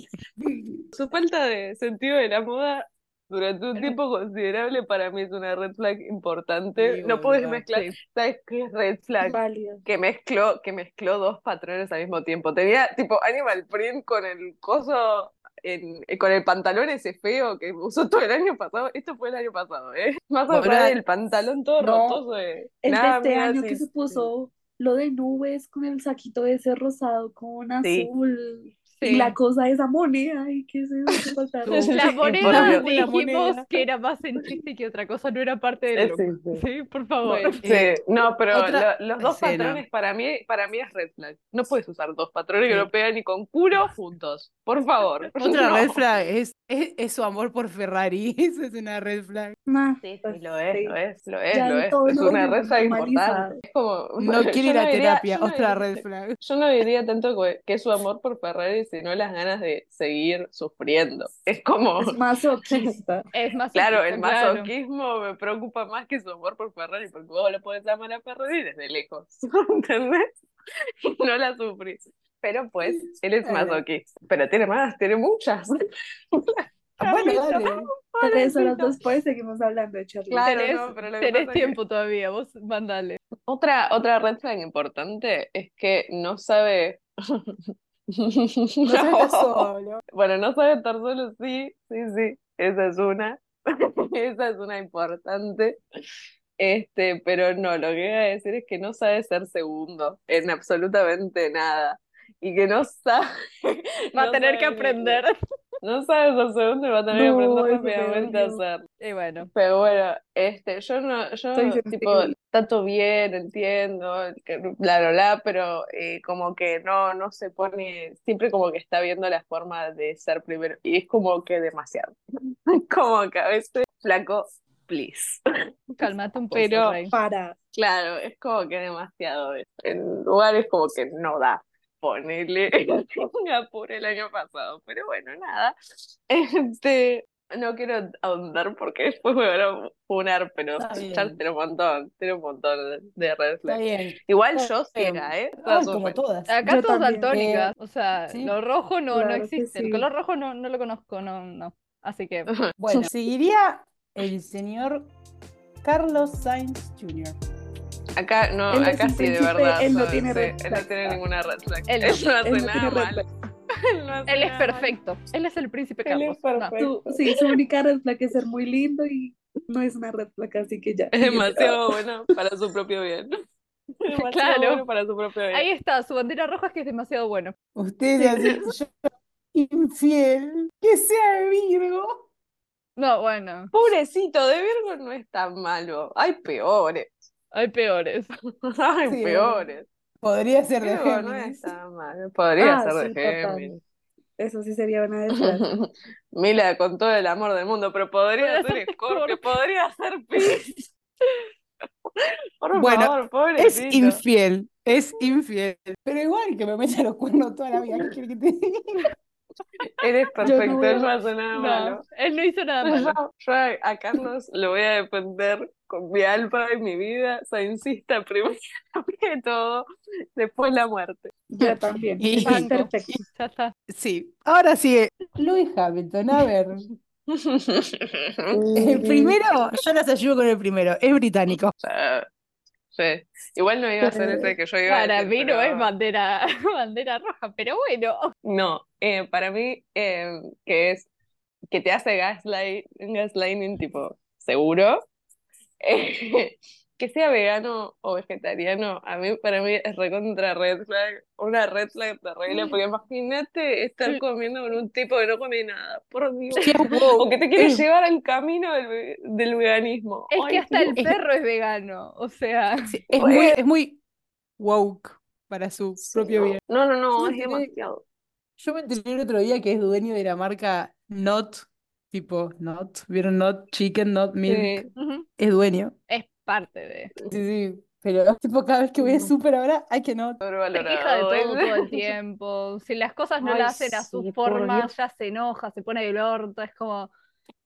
[SPEAKER 2] Su falta de sentido de la moda durante
[SPEAKER 4] Eh.
[SPEAKER 2] un tiempo considerable para mí es una red flag importante.
[SPEAKER 1] Sí,
[SPEAKER 2] no puedes
[SPEAKER 1] boluda.
[SPEAKER 2] mezclar.
[SPEAKER 3] Sí.
[SPEAKER 2] ¿Sabes qué es red flag?
[SPEAKER 4] Válido.
[SPEAKER 2] Que mezcló, que mezcló dos patrones al mismo tiempo. Tenía tipo Animal Print con el coso, en- eh, con el pantalón ese feo que usó todo el año pasado. Esto fue el año pasado, ¿eh? Más
[SPEAKER 1] Boluda.
[SPEAKER 2] allá del pantalón todo
[SPEAKER 4] No,
[SPEAKER 2] rotoso. De,
[SPEAKER 4] El de
[SPEAKER 2] nada,
[SPEAKER 4] este
[SPEAKER 2] mira,
[SPEAKER 4] año
[SPEAKER 2] sí,
[SPEAKER 4] que se
[SPEAKER 2] sí.
[SPEAKER 4] puso lo de nubes con el saquito ese rosado con
[SPEAKER 2] Sí.
[SPEAKER 4] azul. Y la cosa es la moneda. Ay, qué sé yo, qué faltaron.
[SPEAKER 3] La moneda
[SPEAKER 2] Bueno,
[SPEAKER 1] la
[SPEAKER 3] dijimos
[SPEAKER 1] moneda.
[SPEAKER 3] que era más en chiste que otra cosa, no era parte
[SPEAKER 2] Sí,
[SPEAKER 3] del grupo.
[SPEAKER 2] sí.
[SPEAKER 3] Sí, por favor.
[SPEAKER 1] Bueno.
[SPEAKER 2] Sí, no, pero
[SPEAKER 1] Eh, Otra
[SPEAKER 2] lo- los dos
[SPEAKER 1] escena.
[SPEAKER 2] patrones para mí, para mí es red flag. No puedes usar dos patrones que no pegan ni con culo juntos. Por favor.
[SPEAKER 1] Otra
[SPEAKER 2] No.
[SPEAKER 1] red flag es, es, es su amor por Ferrari. Eso es una red flag.
[SPEAKER 4] Nah,
[SPEAKER 2] Sí,
[SPEAKER 4] pues,
[SPEAKER 2] lo es,
[SPEAKER 4] sí.
[SPEAKER 2] lo es, lo es,
[SPEAKER 4] Ya
[SPEAKER 2] lo
[SPEAKER 4] el
[SPEAKER 2] es.
[SPEAKER 4] tono
[SPEAKER 2] Es una
[SPEAKER 4] lo
[SPEAKER 2] red flag
[SPEAKER 4] normaliza.
[SPEAKER 2] importante. Es como,
[SPEAKER 1] No
[SPEAKER 2] yo
[SPEAKER 1] quiere ir a
[SPEAKER 2] diría-
[SPEAKER 1] terapia.
[SPEAKER 2] yo no
[SPEAKER 1] Otra
[SPEAKER 2] diría-
[SPEAKER 1] red flag.
[SPEAKER 2] Yo no diría tanto que, que es su amor por Ferrari, sino las ganas de seguir sufriendo. Es como,
[SPEAKER 4] Es masoquista.
[SPEAKER 3] Es más
[SPEAKER 2] claro, el masoquismo me preocupa más que su amor por Ferrari, porque vos lo podés amar a Ferrari desde lejos, ¿entendés? Y no la sufrís. Pero pues, él es
[SPEAKER 1] Claro.
[SPEAKER 2] masoquista. Pero tiene más, tiene muchas.
[SPEAKER 1] Bueno,
[SPEAKER 2] Carlito.
[SPEAKER 1] dale.
[SPEAKER 4] Tres horas
[SPEAKER 2] Pobrecito.
[SPEAKER 4] después seguimos hablando de Charlie.
[SPEAKER 2] Claro,
[SPEAKER 3] Tenés-
[SPEAKER 2] no, pero lo que
[SPEAKER 3] Tenés
[SPEAKER 2] pasa es que-
[SPEAKER 3] tiempo todavía, vos mandale.
[SPEAKER 2] Otra, otra red flag importante es que no sabe.
[SPEAKER 1] No se está solo.
[SPEAKER 2] Bueno, no sabe estar solo, sí, sí, sí, esa es una, esa es una importante, este, pero no, lo que iba a decir es que no sabe ser segundo en absolutamente nada y que no sabe,
[SPEAKER 3] Va
[SPEAKER 2] no
[SPEAKER 3] a tener que
[SPEAKER 2] sabe-
[SPEAKER 3] aprender.
[SPEAKER 2] no sabe ser segundo y va a tener que
[SPEAKER 4] No,
[SPEAKER 2] aprender
[SPEAKER 4] eso peor,
[SPEAKER 2] rápidamente a
[SPEAKER 4] no.
[SPEAKER 2] hacerlo.
[SPEAKER 3] Y bueno,
[SPEAKER 2] Pero bueno, este, yo no, yo
[SPEAKER 4] Soy sensible.
[SPEAKER 2] tipo, tanto bien, entiendo, que bla, bla, bla, pero eh, como que no, no se pone, siempre como que está viendo la forma de ser primero, y es como que demasiado. Como que a veces, flaco, please.
[SPEAKER 3] calmate un poco,
[SPEAKER 2] Pero-
[SPEAKER 3] Rey.
[SPEAKER 4] Para.
[SPEAKER 2] Claro, es como que demasiado. eh, En lugares como que no da. Ponele apuro el año pasado. Pero bueno, nada. Este, no quiero ahondar porque después me van a funar, pero
[SPEAKER 1] Está bien.
[SPEAKER 2] Charles tiene un montón, tiene un montón de red
[SPEAKER 1] Está
[SPEAKER 2] flags.
[SPEAKER 1] bien.
[SPEAKER 2] Igual
[SPEAKER 1] Está
[SPEAKER 2] yo
[SPEAKER 1] bien.
[SPEAKER 2] ciega, ¿eh?
[SPEAKER 1] Ah,
[SPEAKER 2] Todas
[SPEAKER 1] como
[SPEAKER 2] ofensas.
[SPEAKER 1] todas. Eh,
[SPEAKER 3] Acá
[SPEAKER 4] Yo
[SPEAKER 3] todos
[SPEAKER 4] también.
[SPEAKER 3] daltónicas, o sea,
[SPEAKER 1] sí.
[SPEAKER 3] lo rojo no, no
[SPEAKER 4] Claro que
[SPEAKER 3] existe, el
[SPEAKER 4] sí.
[SPEAKER 3] color rojo no, no lo conozco, no, no. Así que
[SPEAKER 1] Bueno, seguiría el señor Carlos Sainz Jr.
[SPEAKER 2] Acá no,
[SPEAKER 4] Él es
[SPEAKER 2] acá
[SPEAKER 4] un
[SPEAKER 2] sí, de
[SPEAKER 4] príncipe,
[SPEAKER 2] verdad,
[SPEAKER 4] él no
[SPEAKER 2] saben, sí,
[SPEAKER 4] tiene red
[SPEAKER 2] él no
[SPEAKER 4] flags.
[SPEAKER 2] tiene ninguna red flag.
[SPEAKER 3] Él no,
[SPEAKER 2] Él no hace
[SPEAKER 4] él no
[SPEAKER 2] nada
[SPEAKER 4] tiene red
[SPEAKER 2] mal. Él no hace
[SPEAKER 3] él es
[SPEAKER 2] nada mal.
[SPEAKER 3] perfecto, él es el príncipe
[SPEAKER 2] Él
[SPEAKER 3] Carlos.
[SPEAKER 2] es
[SPEAKER 3] No.
[SPEAKER 2] perfecto.
[SPEAKER 4] Su, sí, su única red flag es ser muy lindo y no es una red flag, así que ya.
[SPEAKER 2] Es demasiado bueno para su propio bien. Demasiado
[SPEAKER 3] Claro.
[SPEAKER 2] bueno para su propio bien.
[SPEAKER 3] Ahí está, su bandera roja es que es demasiado bueno.
[SPEAKER 1] Usted así, yo, infiel, que sea de Virgo.
[SPEAKER 3] No, bueno,
[SPEAKER 2] Pobrecito, de Virgo no es tan malo. Hay peores.
[SPEAKER 3] hay peores.
[SPEAKER 2] Hay
[SPEAKER 1] Sí.
[SPEAKER 2] peores.
[SPEAKER 1] Podría ser de
[SPEAKER 2] Virgo no es
[SPEAKER 1] Géminis.
[SPEAKER 2] tan malo. Podría
[SPEAKER 4] Ah,
[SPEAKER 2] ser de
[SPEAKER 4] sí, total.
[SPEAKER 2] Géminis.
[SPEAKER 4] Eso sí sería una red flag.
[SPEAKER 2] Mila, con todo el amor del mundo, pero podría ser Scorpio, podría ser Piscis. Por
[SPEAKER 1] Bueno,
[SPEAKER 2] favor,
[SPEAKER 1] Es
[SPEAKER 2] pobrecito.
[SPEAKER 1] infiel, es infiel. Pero igual que me meta los cuernos toda la vida. ¿Qué quiere que te diga?
[SPEAKER 2] Eres perfecto,
[SPEAKER 4] veo-
[SPEAKER 2] no hace nada malo.
[SPEAKER 3] No, él no hizo nada malo.
[SPEAKER 2] Yo, yo a, a Carlos lo voy a defender con mi alma y mi vida. Se insista primero que todo, después la muerte.
[SPEAKER 4] Yo también.
[SPEAKER 1] Y-
[SPEAKER 4] Es perfecto.
[SPEAKER 3] Ya está.
[SPEAKER 1] Sí, ahora sí. eh, Lewis Hamilton, a ver. El primero, yo las ayudo con el primero, es británico.
[SPEAKER 2] Ya, sí. Igual no iba a ser ese que yo iba a
[SPEAKER 3] Para
[SPEAKER 2] decir,
[SPEAKER 3] mí no
[SPEAKER 2] pero-
[SPEAKER 3] es bandera, bandera roja, pero bueno.
[SPEAKER 2] No, eh, para mí eh, que es que te hace gaslight, gaslighting tipo seguro. Eh, que sea vegano o vegetariano, a mí para mí es recontra red flag, una red flag terrible, porque imagínate estar comiendo con un tipo que no come nada, por Dios. O que te quiere
[SPEAKER 1] Es-
[SPEAKER 2] llevar al camino del, ve- del veganismo.
[SPEAKER 3] Es que
[SPEAKER 2] Ay,
[SPEAKER 3] hasta el
[SPEAKER 1] es-
[SPEAKER 3] perro es vegano, o sea,
[SPEAKER 1] sí, es muy, es muy woke para su propio
[SPEAKER 2] no.
[SPEAKER 1] bien.
[SPEAKER 2] No, no, no,
[SPEAKER 1] Yo
[SPEAKER 2] es
[SPEAKER 1] me enteré-
[SPEAKER 2] demasiado.
[SPEAKER 1] Yo me enteré el otro día que es dueño de la marca Not, tipo Not, ¿vieron Not Chicken, Not Milk?
[SPEAKER 2] Sí.
[SPEAKER 3] ujú,
[SPEAKER 1] Es dueño.
[SPEAKER 3] es parte de.
[SPEAKER 1] Sí, sí, Mm. pero tipo cada vez que voy al
[SPEAKER 2] No.
[SPEAKER 1] súper ahora, hay que Not.
[SPEAKER 3] Se queja de
[SPEAKER 2] Sobrevalorado,
[SPEAKER 3] todo todo el
[SPEAKER 2] ¿eh?
[SPEAKER 3] tiempo. Si las cosas no
[SPEAKER 2] Ay,
[SPEAKER 3] la hacen a su
[SPEAKER 2] sí, por
[SPEAKER 3] forma,
[SPEAKER 2] Dios.
[SPEAKER 3] ya se enoja, se pone del orto, es como.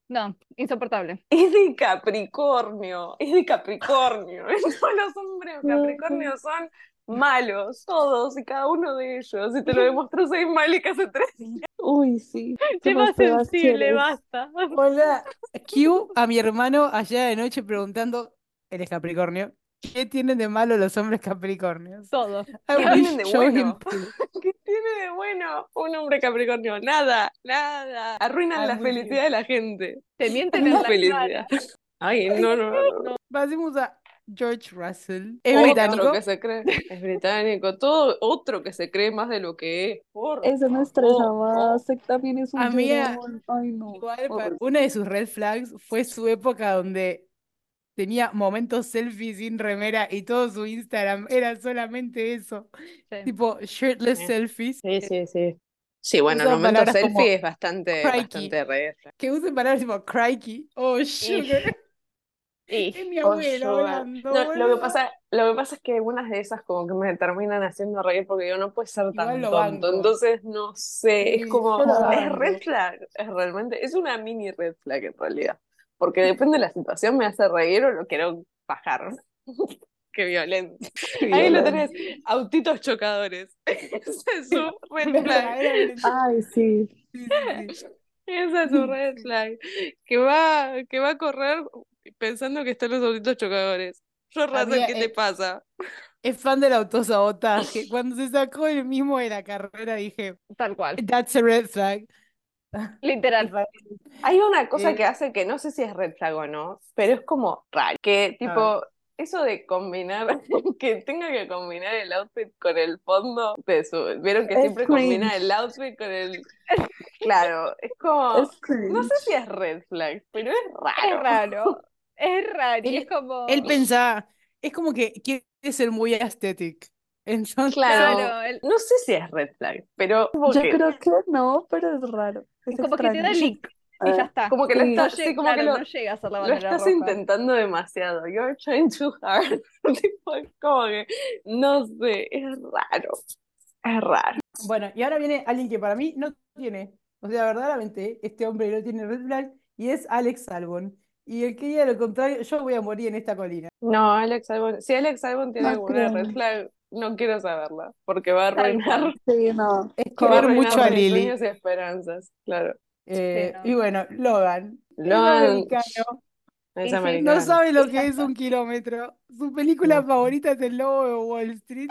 [SPEAKER 3] No, insoportable.
[SPEAKER 2] Es de Capricornio, es de Capricornio. Todos los hombres Capricornio son malos, todos y cada uno de ellos. Y te lo demostró Seis Malik hace tres días.
[SPEAKER 4] Uy, sí.
[SPEAKER 3] Qué
[SPEAKER 4] Somos
[SPEAKER 3] más
[SPEAKER 4] todas
[SPEAKER 3] sensible,
[SPEAKER 4] fieles.
[SPEAKER 3] basta.
[SPEAKER 1] Hola, Q a mi hermano ayer de noche preguntando, ¿él es Capricornio? ¿Qué tienen de malo los hombres Capricornios?
[SPEAKER 3] Todo.
[SPEAKER 1] I
[SPEAKER 2] ¿Qué tienen
[SPEAKER 1] wish
[SPEAKER 2] de
[SPEAKER 1] show him
[SPEAKER 2] bueno?
[SPEAKER 1] too.
[SPEAKER 2] ¿Qué tiene de bueno un hombre Capricornio? Nada, nada. Arruinan
[SPEAKER 1] Ah,
[SPEAKER 2] la
[SPEAKER 1] muy bien.
[SPEAKER 2] felicidad de la gente.
[SPEAKER 3] Te mienten en
[SPEAKER 2] La
[SPEAKER 3] la cara.
[SPEAKER 2] felicidad. Ay, no, no, no.
[SPEAKER 1] Pasemos a George Russell.
[SPEAKER 2] Oh, Otro
[SPEAKER 1] Es británico.
[SPEAKER 2] que se cree. Es británico. Todo otro que se cree más de lo que es. Por
[SPEAKER 4] Eso no estresa
[SPEAKER 2] favor.
[SPEAKER 4] más. También es un
[SPEAKER 1] Amiga,
[SPEAKER 4] llorón. Ay, no.
[SPEAKER 1] Igual,
[SPEAKER 4] Pobre.
[SPEAKER 1] pa- una de sus red flags fue su época donde tenía momentos selfie sin remera y todo su Instagram era solamente eso. Tipo, shirtless
[SPEAKER 2] Sí.
[SPEAKER 1] selfies.
[SPEAKER 2] Sí, sí, sí. Sí, bueno, el
[SPEAKER 1] Usa
[SPEAKER 2] momento
[SPEAKER 1] Eh, palabras
[SPEAKER 2] selfie
[SPEAKER 1] como
[SPEAKER 2] es bastante,
[SPEAKER 1] crikey.
[SPEAKER 2] bastante re.
[SPEAKER 1] Que usen palabras tipo crikey. Oh, sugar. Es mi
[SPEAKER 2] Oh,
[SPEAKER 1] abuela
[SPEAKER 2] sugar.
[SPEAKER 1] hablando,
[SPEAKER 2] No, lo que
[SPEAKER 1] boludo.
[SPEAKER 2] pasa, lo que pasa es que algunas de esas como que me terminan haciendo reír porque yo no puedo ser
[SPEAKER 1] Igual
[SPEAKER 2] tan
[SPEAKER 1] lo
[SPEAKER 2] tonto.
[SPEAKER 1] banco.
[SPEAKER 2] Entonces, no sé, es
[SPEAKER 1] Sí,
[SPEAKER 2] como,
[SPEAKER 1] yo lo
[SPEAKER 2] es red
[SPEAKER 1] banco.
[SPEAKER 2] flag, es realmente, es una mini red flag en realidad. Porque depende de la situación, me hace reír o lo quiero bajar. Qué violento.
[SPEAKER 4] Qué
[SPEAKER 2] Ahí lo
[SPEAKER 4] violento.
[SPEAKER 2] tenés, autitos chocadores. Esa es ah, su red
[SPEAKER 1] Una
[SPEAKER 2] flag.
[SPEAKER 1] verdadera violencia.
[SPEAKER 4] Ay, sí.
[SPEAKER 1] Sí, sí, sí.
[SPEAKER 2] Esa es su red flag. Que va, que va a correr pensando que están los autitos chocadores. Yo, Russell,
[SPEAKER 1] Amiga,
[SPEAKER 2] ¿qué te
[SPEAKER 1] eh,
[SPEAKER 2] pasa?
[SPEAKER 1] es fan del autosabotaje. Cuando se sacó el mismo de la carrera dije,
[SPEAKER 3] Tal cual.
[SPEAKER 1] that's a red flag.
[SPEAKER 3] Literal.
[SPEAKER 2] Hay una cosa
[SPEAKER 1] Eh,
[SPEAKER 2] que hace que no sé si es red flag o no, pero es como raro. Que
[SPEAKER 1] A ver.
[SPEAKER 2] tipo,
[SPEAKER 4] Ah.
[SPEAKER 2] eso de combinar, que tenga que combinar el outfit con el fondo de su. Vieron que
[SPEAKER 4] Es
[SPEAKER 2] siempre combina el
[SPEAKER 4] cringe.
[SPEAKER 2] outfit con el. Claro, es
[SPEAKER 3] Ah,
[SPEAKER 2] como.
[SPEAKER 4] Es
[SPEAKER 2] No sé si
[SPEAKER 4] cringe.
[SPEAKER 2] es red flag, pero es
[SPEAKER 3] Es
[SPEAKER 2] raro.
[SPEAKER 3] raro. Es raro. Y es
[SPEAKER 1] Él, él
[SPEAKER 3] como.
[SPEAKER 1] pensaba, es como que quiere ser muy aesthetic. Entonces,
[SPEAKER 2] Claro,
[SPEAKER 3] Claro. el-
[SPEAKER 2] no sé si es red flag, pero como
[SPEAKER 4] Yo
[SPEAKER 2] que.
[SPEAKER 4] creo que no, pero es raro. Es
[SPEAKER 3] Como que te
[SPEAKER 4] extraño.
[SPEAKER 3] da el link. Y ya
[SPEAKER 4] Ah,
[SPEAKER 3] está.
[SPEAKER 2] Como que lo
[SPEAKER 4] sí.
[SPEAKER 3] No
[SPEAKER 2] estás, sí,
[SPEAKER 3] llega,
[SPEAKER 2] como que
[SPEAKER 3] claro,
[SPEAKER 2] lo,
[SPEAKER 3] no llega a ser la
[SPEAKER 2] lo
[SPEAKER 3] bandera
[SPEAKER 2] estás
[SPEAKER 3] roja.
[SPEAKER 2] intentando demasiado. You're trying too hard. Tipo, es como que, no sé, es raro. Es raro.
[SPEAKER 1] bueno, y ahora viene alguien que para mí no tiene, o sea, verdaderamente, este hombre no tiene red flag y es Alex Albon. Y el que diga lo contrario, yo voy a morir en esta colina.
[SPEAKER 2] No, Alex Albon, si Alex Albon tiene
[SPEAKER 4] No
[SPEAKER 2] alguna
[SPEAKER 4] creo.
[SPEAKER 2] red flag, no quiero saberla, porque va a
[SPEAKER 3] Tal
[SPEAKER 2] arruinar,
[SPEAKER 3] cual.
[SPEAKER 4] Sí, no.
[SPEAKER 1] Es
[SPEAKER 2] va a
[SPEAKER 1] querer mucho a
[SPEAKER 2] arruinar mis
[SPEAKER 1] Lily.
[SPEAKER 2] sueños y esperanzas, claro.
[SPEAKER 1] Eh,
[SPEAKER 3] Sí,
[SPEAKER 1] y
[SPEAKER 3] no.
[SPEAKER 1] bueno, Logan, el
[SPEAKER 2] Logan
[SPEAKER 1] americano,
[SPEAKER 2] es
[SPEAKER 3] Y sí,
[SPEAKER 1] no
[SPEAKER 2] americano.
[SPEAKER 1] sabe lo
[SPEAKER 3] y ya
[SPEAKER 1] que es
[SPEAKER 3] está.
[SPEAKER 1] un kilómetro. Su película
[SPEAKER 2] No.
[SPEAKER 1] favorita es El Lobo de Wall Street.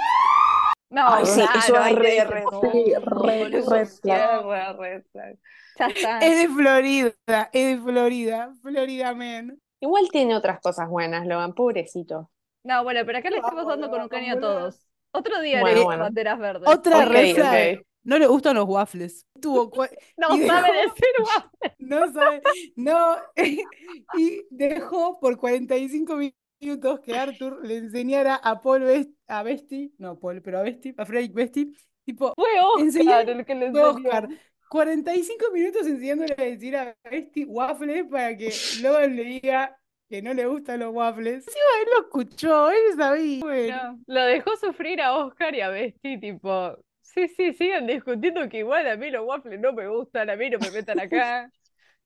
[SPEAKER 3] No,
[SPEAKER 2] Ay, sí, eso es
[SPEAKER 3] claro, ahí te
[SPEAKER 2] re
[SPEAKER 3] dice
[SPEAKER 2] red
[SPEAKER 3] todo,
[SPEAKER 2] flag.
[SPEAKER 4] Sí, re,
[SPEAKER 2] Eso
[SPEAKER 4] red
[SPEAKER 2] sí
[SPEAKER 4] flag.
[SPEAKER 2] es
[SPEAKER 3] todo.
[SPEAKER 2] re red flag.
[SPEAKER 3] Ya está.
[SPEAKER 1] Es de Florida, es de Florida, Florida Man.
[SPEAKER 2] Igual tiene otras cosas buenas, Logan, pobrecito.
[SPEAKER 3] No, bueno, pero acá le
[SPEAKER 1] Lo
[SPEAKER 3] estamos
[SPEAKER 1] amo,
[SPEAKER 3] dando
[SPEAKER 1] lo
[SPEAKER 3] con un
[SPEAKER 1] amo,
[SPEAKER 3] caño a
[SPEAKER 1] boludo.
[SPEAKER 3] todos. Otro día
[SPEAKER 1] Eh,
[SPEAKER 2] Bueno,
[SPEAKER 3] haremos
[SPEAKER 2] bueno.
[SPEAKER 3] banderas verdes.
[SPEAKER 1] Otra
[SPEAKER 2] Ok,
[SPEAKER 1] red flag,
[SPEAKER 2] ok.
[SPEAKER 1] no le gustan los waffles. Tuvo cua-
[SPEAKER 3] No
[SPEAKER 1] y
[SPEAKER 3] sabe
[SPEAKER 1] dejó,
[SPEAKER 3] decir guau.
[SPEAKER 1] no sabe, no, y dejó por 45 minutos que Arthur le enseñara a Paul Best, a Besti, no Paul, pero a Besti, a Frederick Besti, tipo,
[SPEAKER 3] Fue
[SPEAKER 1] enseñar
[SPEAKER 3] Oscar el que le
[SPEAKER 1] fue
[SPEAKER 3] enseñó.
[SPEAKER 1] Oscar. 45 minutos enseñándole a decir a Besti waffles para que Logan le diga que no le gustan los waffles. Encima él lo escuchó, él sabía. Bueno.
[SPEAKER 3] No, lo dejó sufrir a Oscar y a Besti, tipo, sí, sí, sigan discutiendo que igual a mí los waffles no me gustan, a mí no me metan acá.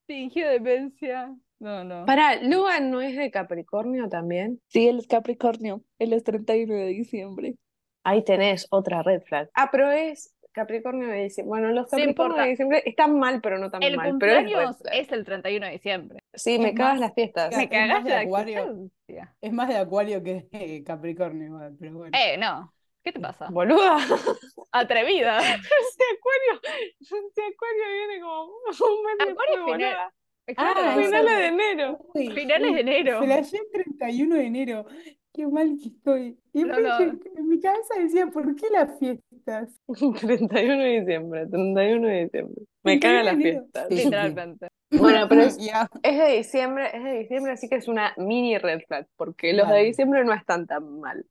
[SPEAKER 3] Fingió demencia. No, no.
[SPEAKER 2] Para, Logan no es de Capricornio también.
[SPEAKER 4] Sí, él es Capricornio. Él es 31 de diciembre.
[SPEAKER 2] Ahí tenés otra red flag. Ah, pero es Capricornio de diciembre. Bueno, los
[SPEAKER 3] No
[SPEAKER 2] Capricornio de
[SPEAKER 3] importa.
[SPEAKER 2] diciembre están mal, pero no tan
[SPEAKER 3] El
[SPEAKER 2] mal. Pero es red
[SPEAKER 3] cumpleaños
[SPEAKER 2] flag.
[SPEAKER 3] es el 31 de diciembre.
[SPEAKER 2] Sí,
[SPEAKER 1] Es
[SPEAKER 2] me cagas las
[SPEAKER 1] más,
[SPEAKER 2] fiestas.
[SPEAKER 1] mira,
[SPEAKER 3] Me
[SPEAKER 1] es más
[SPEAKER 3] cagás
[SPEAKER 1] de
[SPEAKER 3] la
[SPEAKER 1] Acuario,
[SPEAKER 3] existencia.
[SPEAKER 1] es más de Acuario que de Capricornio, igual, pero bueno.
[SPEAKER 3] Eh, no. ¿Qué te pasa?
[SPEAKER 2] Boluda.
[SPEAKER 3] Atrevida.
[SPEAKER 2] Ese Acuario, ese Acuario viene como un mes
[SPEAKER 3] Acuario
[SPEAKER 2] después,
[SPEAKER 3] es final.
[SPEAKER 2] boluda.
[SPEAKER 1] Ah,
[SPEAKER 3] Claro.
[SPEAKER 1] es
[SPEAKER 2] Finales de
[SPEAKER 1] verdad.
[SPEAKER 2] enero.
[SPEAKER 1] Uy,
[SPEAKER 3] Finales de
[SPEAKER 1] uy,
[SPEAKER 3] enero.
[SPEAKER 1] flashé el 31 de enero. Qué mal que estoy. Y
[SPEAKER 3] No,
[SPEAKER 1] después
[SPEAKER 3] no.
[SPEAKER 1] dije, en mi cabeza decía, ¿por qué las fiestas?
[SPEAKER 2] 31 de diciembre, 31 de diciembre. Me
[SPEAKER 1] 31
[SPEAKER 2] cagan
[SPEAKER 1] de
[SPEAKER 2] las
[SPEAKER 1] enero.
[SPEAKER 2] fiestas.
[SPEAKER 1] Sí, sí.
[SPEAKER 3] Literalmente.
[SPEAKER 2] Bueno, pero es,
[SPEAKER 1] Ya,
[SPEAKER 2] es de diciembre, es de diciembre, así que es una mini red flag, porque los de
[SPEAKER 1] Dale,
[SPEAKER 2] diciembre no están tan mal,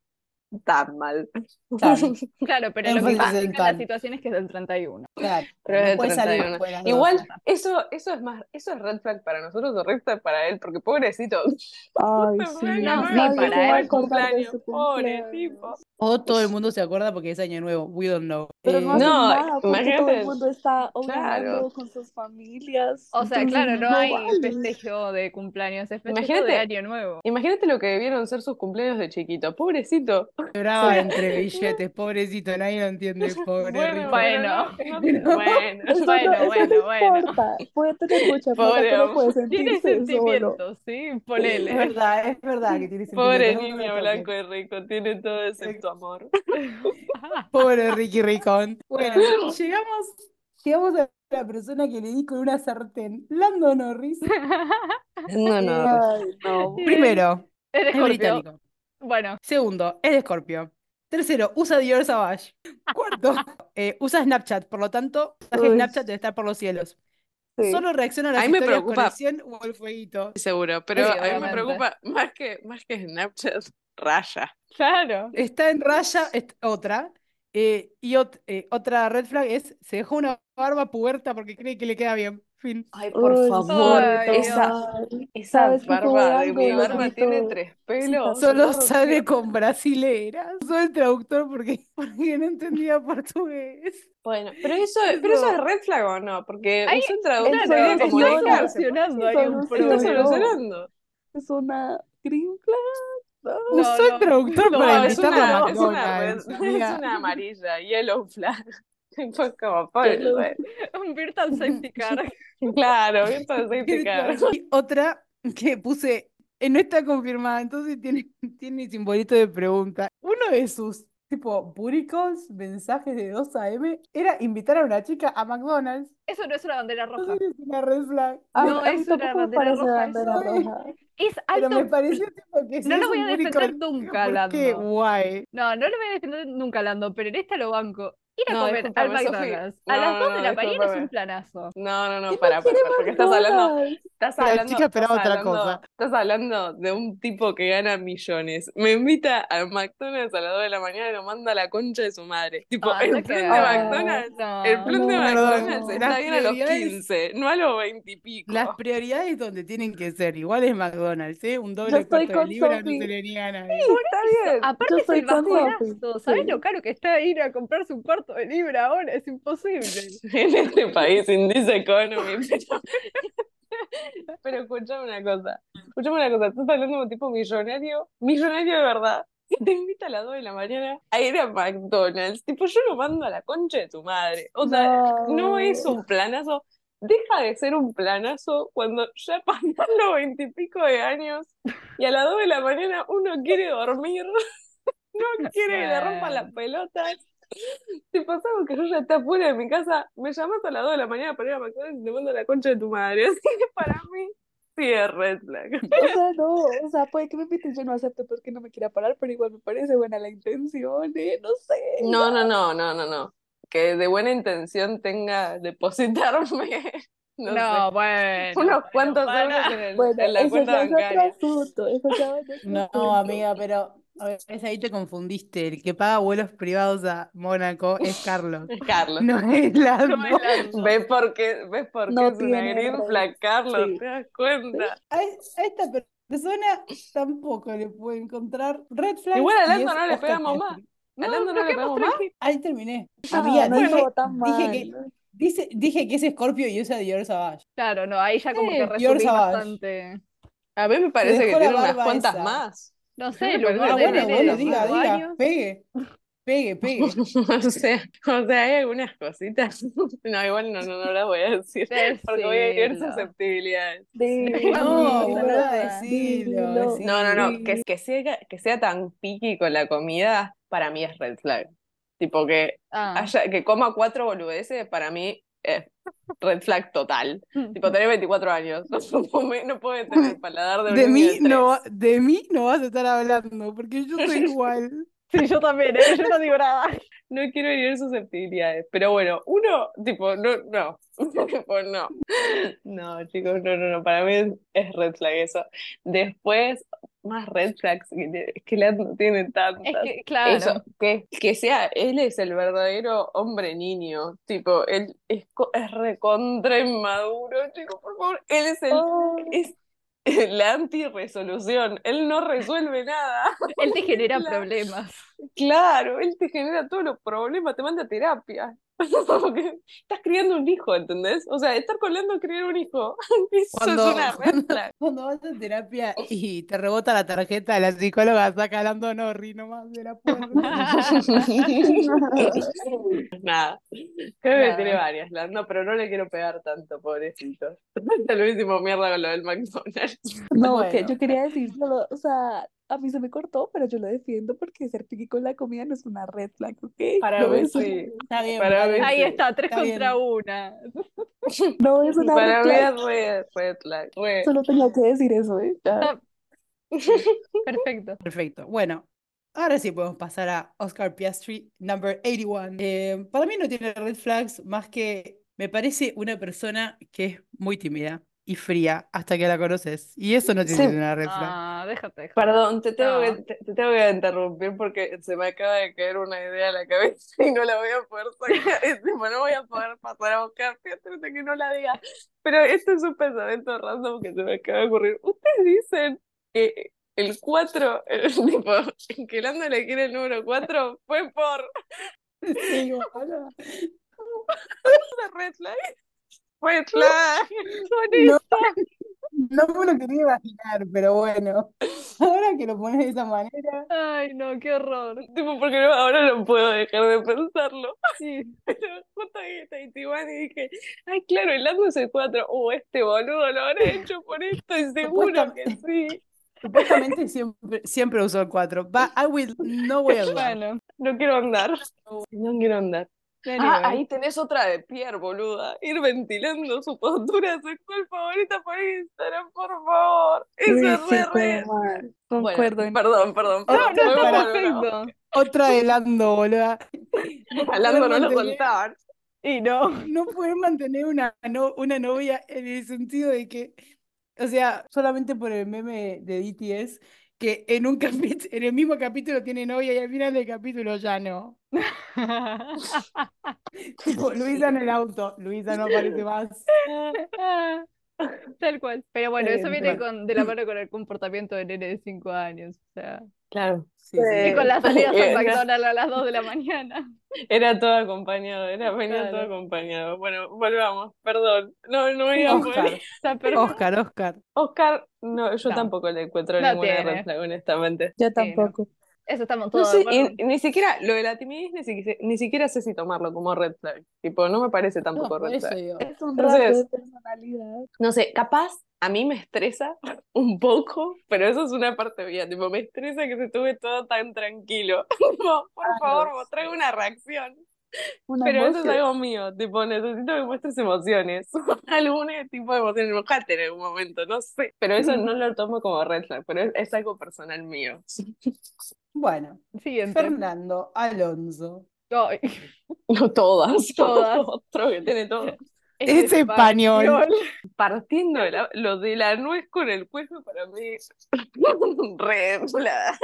[SPEAKER 2] tan mal.
[SPEAKER 1] tan.
[SPEAKER 3] Claro, pero lo que
[SPEAKER 1] Énfasis en
[SPEAKER 2] Va,
[SPEAKER 3] justifica la
[SPEAKER 1] tan.
[SPEAKER 3] situación es que es del 31.
[SPEAKER 1] Claro,
[SPEAKER 2] pero es
[SPEAKER 1] no
[SPEAKER 2] de
[SPEAKER 1] puede salir
[SPEAKER 2] 31.
[SPEAKER 1] después de las
[SPEAKER 2] Igual,
[SPEAKER 1] 12.
[SPEAKER 2] eso, eso es más, eso es red flag para nosotros o red flag para él, porque pobrecito,
[SPEAKER 4] Ay,
[SPEAKER 2] justo fue año
[SPEAKER 4] sí.
[SPEAKER 2] nuevo,
[SPEAKER 3] No, sí,
[SPEAKER 4] Nadie se
[SPEAKER 2] justo
[SPEAKER 3] para
[SPEAKER 4] va
[SPEAKER 2] fue el
[SPEAKER 4] a
[SPEAKER 3] él.
[SPEAKER 4] acordar
[SPEAKER 2] cumpleaños,
[SPEAKER 4] de su
[SPEAKER 2] pobre tipo.
[SPEAKER 4] cumpleaños.
[SPEAKER 1] O todo el mundo se acuerda porque es año nuevo. We don't know.
[SPEAKER 4] Pero no
[SPEAKER 1] Eh,
[SPEAKER 4] hacen
[SPEAKER 2] No,
[SPEAKER 4] nada porque todo el
[SPEAKER 2] imagínate,
[SPEAKER 4] mundo está o
[SPEAKER 2] claro,
[SPEAKER 4] viajando con sus familias.
[SPEAKER 3] O sea,
[SPEAKER 4] Entonces
[SPEAKER 3] claro, no
[SPEAKER 4] no, no
[SPEAKER 3] hay
[SPEAKER 4] vale.
[SPEAKER 3] festejo de cumpleaños, es festejo de
[SPEAKER 2] imagínate,
[SPEAKER 3] Año Nuevo.
[SPEAKER 2] imagínate lo que debieron ser sus cumpleaños de chiquito, pobrecito.
[SPEAKER 1] lloraba
[SPEAKER 2] Sería,
[SPEAKER 1] entre
[SPEAKER 2] no,
[SPEAKER 1] billetes, pobrecito, nadie lo entiende, pobre
[SPEAKER 2] Bueno,
[SPEAKER 1] Rico.
[SPEAKER 2] pero
[SPEAKER 3] Bueno,
[SPEAKER 2] no, no,
[SPEAKER 1] Pero-
[SPEAKER 2] bueno,
[SPEAKER 4] Eso no,
[SPEAKER 3] bueno,
[SPEAKER 4] eso no
[SPEAKER 3] bueno, bueno.
[SPEAKER 4] importa. Puede tener mucha plata,
[SPEAKER 2] pobre
[SPEAKER 4] pero puede
[SPEAKER 2] hombre.
[SPEAKER 3] Tiene
[SPEAKER 4] sentirse solo.
[SPEAKER 3] sentimientos, ¿sí?
[SPEAKER 1] Es
[SPEAKER 3] Ponele.
[SPEAKER 1] verdad, es verdad que tiene sentimientos,
[SPEAKER 2] Pobre
[SPEAKER 1] no lo
[SPEAKER 2] niño blanco
[SPEAKER 1] toquen.
[SPEAKER 2] y rico, tiene todo
[SPEAKER 1] Eh,
[SPEAKER 2] excepto amor.
[SPEAKER 1] Pobre Ricky Ricón. Bueno, llegamos, llegamos a la persona que le di con una sartén, Lando Norris.
[SPEAKER 2] No, no,
[SPEAKER 1] Eh,
[SPEAKER 4] Ay, no.
[SPEAKER 1] primero,
[SPEAKER 3] Es de
[SPEAKER 1] es
[SPEAKER 3] Escorpio.
[SPEAKER 1] británico.
[SPEAKER 3] Bueno,
[SPEAKER 1] Segundo, es de Scorpio. Tercero, usa Dior Savage. Cuarto, eh, usa Snapchat, por lo tanto, el mensaje de
[SPEAKER 2] Uy.
[SPEAKER 1] Snapchat debe estar por los cielos.
[SPEAKER 2] Sí.
[SPEAKER 1] Solo reacciona a las
[SPEAKER 2] Ahí me
[SPEAKER 1] historias con
[SPEAKER 2] preocupa.
[SPEAKER 1] el 100 o el fueguito.
[SPEAKER 2] seguro, pero
[SPEAKER 3] Sí,
[SPEAKER 2] a mí me
[SPEAKER 3] obviamente.
[SPEAKER 2] preocupa más que, más que Snapchat, Raya.
[SPEAKER 3] claro.
[SPEAKER 1] Está en raya est- otra. eh, y ot- eh, otra red flag es, se dejó una barba puberta porque cree que le queda bien. Fin.
[SPEAKER 2] Ay,
[SPEAKER 4] Ay,
[SPEAKER 3] Ay,
[SPEAKER 2] esa, esa
[SPEAKER 4] ¿Sabes qué puede
[SPEAKER 2] barba de mi
[SPEAKER 4] algo,
[SPEAKER 2] barba tiene
[SPEAKER 4] Rosito?
[SPEAKER 2] tres pelos.
[SPEAKER 1] Solo
[SPEAKER 2] no,
[SPEAKER 1] sale con brasileras. Soy el traductor porque, porque no entendía portugués.
[SPEAKER 2] Bueno, pero eso, pero eso es red flag o no, porque
[SPEAKER 3] Ay,
[SPEAKER 2] usted
[SPEAKER 4] claro,
[SPEAKER 2] traduce
[SPEAKER 4] Solo
[SPEAKER 3] Claro,
[SPEAKER 2] medio como
[SPEAKER 4] soluciona,
[SPEAKER 3] está
[SPEAKER 2] dejarse.
[SPEAKER 3] solucionando
[SPEAKER 4] se
[SPEAKER 3] ahí un
[SPEAKER 2] Está
[SPEAKER 4] soluciona. Pero-
[SPEAKER 3] problema.
[SPEAKER 2] solucionando.
[SPEAKER 4] Es una green flag. Ah.
[SPEAKER 3] No,
[SPEAKER 1] Usó
[SPEAKER 3] no.
[SPEAKER 1] el traductor
[SPEAKER 3] No,
[SPEAKER 1] para
[SPEAKER 2] No, es
[SPEAKER 1] invitarlo a
[SPEAKER 2] una, es una red,
[SPEAKER 1] McDonald's, amiga.
[SPEAKER 2] es una amarilla, yellow flag. Fue como,
[SPEAKER 4] Yellow
[SPEAKER 2] pobre, pues.
[SPEAKER 3] Un virtual safety car.
[SPEAKER 2] Claro, entonces hay que cagar.
[SPEAKER 1] Y otra que puse, eh, no está confirmada, entonces tiene, tiene simbolito de pregunta. Uno de sus, tipo, públicos mensajes de 2 AM era invitar a una chica a McDonald's.
[SPEAKER 3] Eso no es una bandera roja.
[SPEAKER 1] Entonces es una red flag.
[SPEAKER 4] A
[SPEAKER 3] No,
[SPEAKER 4] mí- a
[SPEAKER 3] es
[SPEAKER 4] mí
[SPEAKER 3] una
[SPEAKER 4] tampoco me
[SPEAKER 3] bandera
[SPEAKER 4] parece
[SPEAKER 3] roja
[SPEAKER 4] bandera
[SPEAKER 1] eso.
[SPEAKER 4] roja.
[SPEAKER 3] Es
[SPEAKER 1] Pero me
[SPEAKER 3] alto.
[SPEAKER 1] pareció tipo que si
[SPEAKER 3] No lo
[SPEAKER 1] es
[SPEAKER 3] voy
[SPEAKER 1] un
[SPEAKER 3] a
[SPEAKER 1] público,
[SPEAKER 3] defender nunca,
[SPEAKER 1] ¿por qué?
[SPEAKER 3] Lando.
[SPEAKER 1] Guay.
[SPEAKER 3] No, no lo voy a defender nunca, Lando, pero en esta lo banco. Ir a
[SPEAKER 2] No,
[SPEAKER 3] comer al
[SPEAKER 2] discúlpame, Sofi.
[SPEAKER 3] McDonald's
[SPEAKER 2] No,
[SPEAKER 3] a las
[SPEAKER 2] no,
[SPEAKER 3] 2 de
[SPEAKER 2] no,
[SPEAKER 3] la mañana es un
[SPEAKER 2] discúlpame.
[SPEAKER 3] planazo.
[SPEAKER 2] No, no, no,
[SPEAKER 4] ¿Quién
[SPEAKER 2] para,
[SPEAKER 4] no quiere
[SPEAKER 2] para, porque estás hablando,
[SPEAKER 4] McDonald's?
[SPEAKER 2] estás
[SPEAKER 1] La
[SPEAKER 2] hablando,
[SPEAKER 1] chica
[SPEAKER 2] estás
[SPEAKER 1] esperaba otra
[SPEAKER 2] hablando,
[SPEAKER 1] cosa.
[SPEAKER 2] estás hablando de un tipo que gana millones. Me invita a McDonald's a las 2 de la mañana y lo manda a la concha de su madre. Tipo,
[SPEAKER 3] Ah, anda
[SPEAKER 2] el
[SPEAKER 3] a
[SPEAKER 2] plan de
[SPEAKER 3] cagar.
[SPEAKER 2] McDonald's, el
[SPEAKER 3] No.
[SPEAKER 2] plan de
[SPEAKER 4] No.
[SPEAKER 2] McDonald's
[SPEAKER 1] Perdón,
[SPEAKER 2] está
[SPEAKER 1] las
[SPEAKER 2] bien a los
[SPEAKER 1] prioridades-
[SPEAKER 2] 15, no a los 20 y
[SPEAKER 1] Las
[SPEAKER 3] Oh.
[SPEAKER 2] pico.
[SPEAKER 1] prioridades donde tienen que ser, igual es McDonald's, ¿eh? Un
[SPEAKER 4] Yo
[SPEAKER 1] doble
[SPEAKER 4] estoy
[SPEAKER 1] cuarto de
[SPEAKER 4] con
[SPEAKER 1] libra no se
[SPEAKER 4] Sophie.
[SPEAKER 1] le niega a nadie.
[SPEAKER 2] Está bien.
[SPEAKER 3] Aparte
[SPEAKER 4] Yo
[SPEAKER 3] es el
[SPEAKER 4] estoy con Sophie.
[SPEAKER 3] bajonazo. ¿Sabes lo
[SPEAKER 4] Sí.
[SPEAKER 3] caro que está ir a comprarse un cuarto de libra ahora? Es imposible.
[SPEAKER 2] En este país, in this economy, pero, pero escuchame una cosa, escuchame una cosa, estás hablando de un tipo millonario, millonario de verdad, que te invita a las 2 de la mañana a ir a McDonald's, tipo yo lo mando a la concha de tu madre, o sea, no es
[SPEAKER 4] No.
[SPEAKER 2] un planazo, deja de ser un planazo cuando ya pasan los veintipico de años y a las 2 de la mañana uno quiere dormir, no quiere que le rompan las
[SPEAKER 3] Bueno.
[SPEAKER 2] pelotas. Te pasaba que yo ya está fuera de mi casa, me llamas a las 2 de la mañana para ir a McDonald's y te mando a la concha de tu madre. Así que para mí, sí es red flag.
[SPEAKER 4] O sea, no, o sea, puede que me inviten, yo no acepto porque no me quiera parar, pero igual me parece buena la intención, ¿eh? No sé.
[SPEAKER 2] No, no, no, no, no, no. Que de buena intención tenga depositarme, no sé,
[SPEAKER 3] No, bueno.
[SPEAKER 2] unos
[SPEAKER 3] bueno,
[SPEAKER 2] cuantos
[SPEAKER 3] para.
[SPEAKER 2] euros en, el-
[SPEAKER 4] Bueno,
[SPEAKER 2] en la
[SPEAKER 4] eso
[SPEAKER 2] cuenta
[SPEAKER 4] ya es otro
[SPEAKER 2] bancaria.
[SPEAKER 4] asunto, eso ya es otro
[SPEAKER 1] No,
[SPEAKER 4] asunto.
[SPEAKER 1] amiga, pero a ver, es ahí te confundiste. El que paga vuelos privados a Mónaco es Carlos,
[SPEAKER 2] Carlos,
[SPEAKER 1] no es
[SPEAKER 3] No es
[SPEAKER 1] Lando.
[SPEAKER 3] Lando.
[SPEAKER 2] ¿ves por qué, ves por qué
[SPEAKER 4] No
[SPEAKER 2] es una
[SPEAKER 4] tiene
[SPEAKER 2] green
[SPEAKER 4] red,
[SPEAKER 2] flag, Carlos?
[SPEAKER 4] sí.
[SPEAKER 2] ¿Te das cuenta?
[SPEAKER 1] A, es- a esta per- persona tampoco le puedo encontrar red flags
[SPEAKER 2] Igual a
[SPEAKER 1] y
[SPEAKER 2] Lando
[SPEAKER 1] es
[SPEAKER 2] no le
[SPEAKER 1] Oscar
[SPEAKER 2] pegamos más. Ah,
[SPEAKER 1] Piastri.
[SPEAKER 2] ¿A
[SPEAKER 3] No,
[SPEAKER 2] Lando no
[SPEAKER 3] nos
[SPEAKER 2] le
[SPEAKER 3] quedamos
[SPEAKER 2] pegamos más?
[SPEAKER 3] tranquilos.
[SPEAKER 1] Ahí terminé.
[SPEAKER 4] No,
[SPEAKER 1] Amiga,
[SPEAKER 4] no
[SPEAKER 1] dije,
[SPEAKER 4] estuvo tan
[SPEAKER 1] dije que
[SPEAKER 4] mal.
[SPEAKER 1] dice, dije que es Scorpio y usa Dior Savage.
[SPEAKER 3] Claro, no, ahí ya como que
[SPEAKER 2] Sí,
[SPEAKER 1] Dior
[SPEAKER 3] resumís
[SPEAKER 1] Savage.
[SPEAKER 3] bastante.
[SPEAKER 2] A mí me
[SPEAKER 1] Se
[SPEAKER 2] parece que
[SPEAKER 1] dejó la
[SPEAKER 2] tiene unas
[SPEAKER 1] barba
[SPEAKER 2] cuantas
[SPEAKER 1] esa.
[SPEAKER 2] más.
[SPEAKER 3] No
[SPEAKER 2] A mí
[SPEAKER 3] sé,
[SPEAKER 2] me
[SPEAKER 3] el
[SPEAKER 2] parece
[SPEAKER 3] humor
[SPEAKER 1] Ah,
[SPEAKER 2] que
[SPEAKER 3] de
[SPEAKER 1] bueno,
[SPEAKER 2] tiene
[SPEAKER 3] nene
[SPEAKER 1] bueno,
[SPEAKER 3] de
[SPEAKER 2] muchas
[SPEAKER 1] diga,
[SPEAKER 2] más.
[SPEAKER 3] 5
[SPEAKER 1] diga,
[SPEAKER 3] años.
[SPEAKER 1] pegue, pegue, pegue.
[SPEAKER 2] O sea, o sea, hay algunas cositas. No, igual no, no, no las voy a decir porque voy a herir
[SPEAKER 3] Decilo.
[SPEAKER 2] susceptibilidades.
[SPEAKER 1] No,
[SPEAKER 3] Vamos,
[SPEAKER 4] Dilo,
[SPEAKER 1] boluda,
[SPEAKER 3] boluda.
[SPEAKER 1] decilo,
[SPEAKER 4] dilo,
[SPEAKER 2] No, no,
[SPEAKER 1] decilo.
[SPEAKER 2] no, que,
[SPEAKER 4] dilo.
[SPEAKER 2] que sea, que sea tan picky con la comida, para mí es red flag. Tipo que
[SPEAKER 3] Ah.
[SPEAKER 2] haya, que coma cuatro boludeces, para mí es red flag total. Tipo, tenés 24 años, no, come- no puedes tener el paladar de un
[SPEAKER 1] De
[SPEAKER 2] niño
[SPEAKER 1] mí
[SPEAKER 2] de
[SPEAKER 1] no, va-
[SPEAKER 2] 3.
[SPEAKER 1] de mí no vas a estar hablando, porque yo soy igual.
[SPEAKER 3] Sí, yo también, ¿eh? Yo no digo nada.
[SPEAKER 2] No quiero herir susceptibilidades, pero bueno, uno, tipo, no, no, tipo, no. No, chicos, no, no, no, para mí es, es red flag eso. Después, más red flags, que, le- es que Lando tiene
[SPEAKER 3] Es
[SPEAKER 2] tantas. Eso,
[SPEAKER 3] que, claro.
[SPEAKER 2] que, que sea, él es el verdadero hombre niño, tipo, él es, co- es recontra inmaduro, chicos, por favor, él es el,
[SPEAKER 4] Oh,
[SPEAKER 2] es la antirresolución, él no resuelve nada.
[SPEAKER 3] Él te genera
[SPEAKER 2] La-
[SPEAKER 3] problemas.
[SPEAKER 2] Claro, él te genera todos los problemas, te manda a terapia. Como que estás criando un hijo, ¿entendés? O sea, estar colando es criar un hijo. Eso es
[SPEAKER 1] Cuando,
[SPEAKER 2] una red
[SPEAKER 1] cuando,
[SPEAKER 2] flag.
[SPEAKER 1] cuando vas a terapia y te rebota la tarjeta, la psicóloga saca a Lando Norri nomás de la puerta.
[SPEAKER 4] no.
[SPEAKER 2] Nada, creo que tiene
[SPEAKER 3] Nada.
[SPEAKER 2] varias, Lando, pero no le quiero pegar tanto, pobrecito. Tal vez hicimos mierda con lo del McDonald's.
[SPEAKER 4] No, que
[SPEAKER 1] Bueno,
[SPEAKER 4] yo quería decirlo, o sea, a mí se me cortó, pero yo lo defiendo porque ser piqui con la comida no es una red flag, ¿ok?
[SPEAKER 2] Para
[SPEAKER 4] No
[SPEAKER 2] mí
[SPEAKER 4] es una,
[SPEAKER 2] sí,
[SPEAKER 1] está bien,
[SPEAKER 2] para mí
[SPEAKER 1] para,
[SPEAKER 3] Ahí
[SPEAKER 2] sí.
[SPEAKER 3] está, tres
[SPEAKER 1] está
[SPEAKER 3] contra
[SPEAKER 1] bien.
[SPEAKER 3] una.
[SPEAKER 4] no es una red
[SPEAKER 2] Para mí
[SPEAKER 4] flag.
[SPEAKER 2] es re red flag, re.
[SPEAKER 4] Solo tenía que decir eso, ¿eh? Ya.
[SPEAKER 3] Está, Perfecto.
[SPEAKER 1] Perfecto. Bueno, ahora sí podemos pasar a Oscar Piastri, number 81. Eh, para mí no tiene red flags más que me parece una persona que es muy tímida y fría hasta que la conoces. Y eso no tiene
[SPEAKER 2] Sí.
[SPEAKER 1] una red flag.
[SPEAKER 3] Ah, déjate, déjate.
[SPEAKER 2] Perdón, te tengo,
[SPEAKER 3] No.
[SPEAKER 2] que, te, te tengo que interrumpir porque se me acaba de caer una idea a la cabeza y no la voy a poder sacar. Es tipo, no voy a poder pasar a buscar, fíjate hasta que no la diga. Pero este es un pensamiento random que se me acaba de ocurrir. Ustedes dicen que el 4, el, tipo, que Lando le quiere el número 4 fue por
[SPEAKER 1] Sí, boludo.
[SPEAKER 2] la red flag. Red flag.
[SPEAKER 1] No, no me lo quería imaginar, pero bueno. Ahora que lo pones de esa manera,
[SPEAKER 3] Ay, no, qué horror.
[SPEAKER 2] Tipo, porque no- ahora no puedo dejar de pensarlo.
[SPEAKER 3] Sí.
[SPEAKER 2] Pero justo ahí está Itibán y dije, ay, claro, el Lando es el 4. Uh, este boludo lo habrá hecho por esto y seguro que sí.
[SPEAKER 1] supuestamente siempre, siempre usó el 4. But I will, no voy a dudar.
[SPEAKER 3] Bueno,
[SPEAKER 2] No quiero andar. No quiero andar. Ah,
[SPEAKER 3] anyway.
[SPEAKER 2] ahí tenés otra de Pierre, boluda. Ir ventilando su postura sexual favorita por Instagram, por favor. Eso
[SPEAKER 4] Uy,
[SPEAKER 2] es
[SPEAKER 4] sí,
[SPEAKER 2] re re.
[SPEAKER 4] todo mal.
[SPEAKER 2] Bueno,
[SPEAKER 4] Concuerdo en-
[SPEAKER 2] perdón, perdón.
[SPEAKER 1] No, no,
[SPEAKER 2] perdón.
[SPEAKER 1] está
[SPEAKER 2] Volvamos a lo bravo.
[SPEAKER 3] Perfecto.
[SPEAKER 1] Otra de Lando, boluda.
[SPEAKER 2] A Lando no lo
[SPEAKER 1] Realmente,
[SPEAKER 2] soltaban.
[SPEAKER 3] Y no.
[SPEAKER 1] no poder mantener una, no- una novia en el sentido de que, o sea, solamente por el meme de BTS, que en un capítulo, en el mismo capítulo tiene novia y al final del capítulo ya no. Tipo, Luisa en el auto, Luisa no aparece más.
[SPEAKER 3] Tal cual. Pero bueno, eso viene
[SPEAKER 1] Bueno.
[SPEAKER 3] con, de la mano con el comportamiento del nene de 5 años. O sea.
[SPEAKER 2] Claro.
[SPEAKER 1] Sí, sí.
[SPEAKER 3] Y con las salidas a
[SPEAKER 2] Eh,
[SPEAKER 3] McDonald's a las 2 de la mañana.
[SPEAKER 2] Era todo acompañado, era, venía todo
[SPEAKER 3] Claro.
[SPEAKER 2] acompañado. Bueno, volvamos, perdón. No, no me iba a poder.
[SPEAKER 1] Oscar,
[SPEAKER 3] Está perfecto.
[SPEAKER 1] Oscar, Oscar.
[SPEAKER 2] Oscar, no, yo
[SPEAKER 3] No.
[SPEAKER 2] tampoco le encuentro
[SPEAKER 3] No
[SPEAKER 2] ninguna
[SPEAKER 3] tiene.
[SPEAKER 2] red flag, honestamente.
[SPEAKER 4] Yo
[SPEAKER 3] no.
[SPEAKER 4] tampoco.
[SPEAKER 3] Eso estamos
[SPEAKER 2] No
[SPEAKER 3] todos de
[SPEAKER 2] sé,
[SPEAKER 3] acuerdo.
[SPEAKER 2] y, y ni siquiera lo de la timidez, ni, siquiera- ni siquiera sé si tomarlo como red flag. Tipo, no me parece
[SPEAKER 1] No,
[SPEAKER 2] tampoco
[SPEAKER 1] por
[SPEAKER 2] red
[SPEAKER 1] eso
[SPEAKER 2] flag.
[SPEAKER 1] digo.
[SPEAKER 4] Es un
[SPEAKER 2] Entonces-
[SPEAKER 4] rasgo de personalidad.
[SPEAKER 2] No sé, capaz a mí me estresa un poco, pero eso es una parte mía. Tipo, me estresa que se estuve todo tan tranquilo. Tipo, por favor, mostrame una reacción.
[SPEAKER 4] Una
[SPEAKER 2] Pero eso es
[SPEAKER 4] emoción.
[SPEAKER 2] algo mío, tipo, necesito que muestres emociones, algún tipo de emoción, enojate en algún momento, no sé, pero eso no lo tomo como red flag, pero es, es algo personal mío.
[SPEAKER 1] Bueno,
[SPEAKER 3] Siguiente.
[SPEAKER 1] Fernando Alonso.
[SPEAKER 3] Ay,
[SPEAKER 2] No todas,
[SPEAKER 3] Todas.
[SPEAKER 2] otro que tiene todo.
[SPEAKER 1] Es español.
[SPEAKER 2] Partiendo de la- lo de la nuez con el cuello para mí, red flag.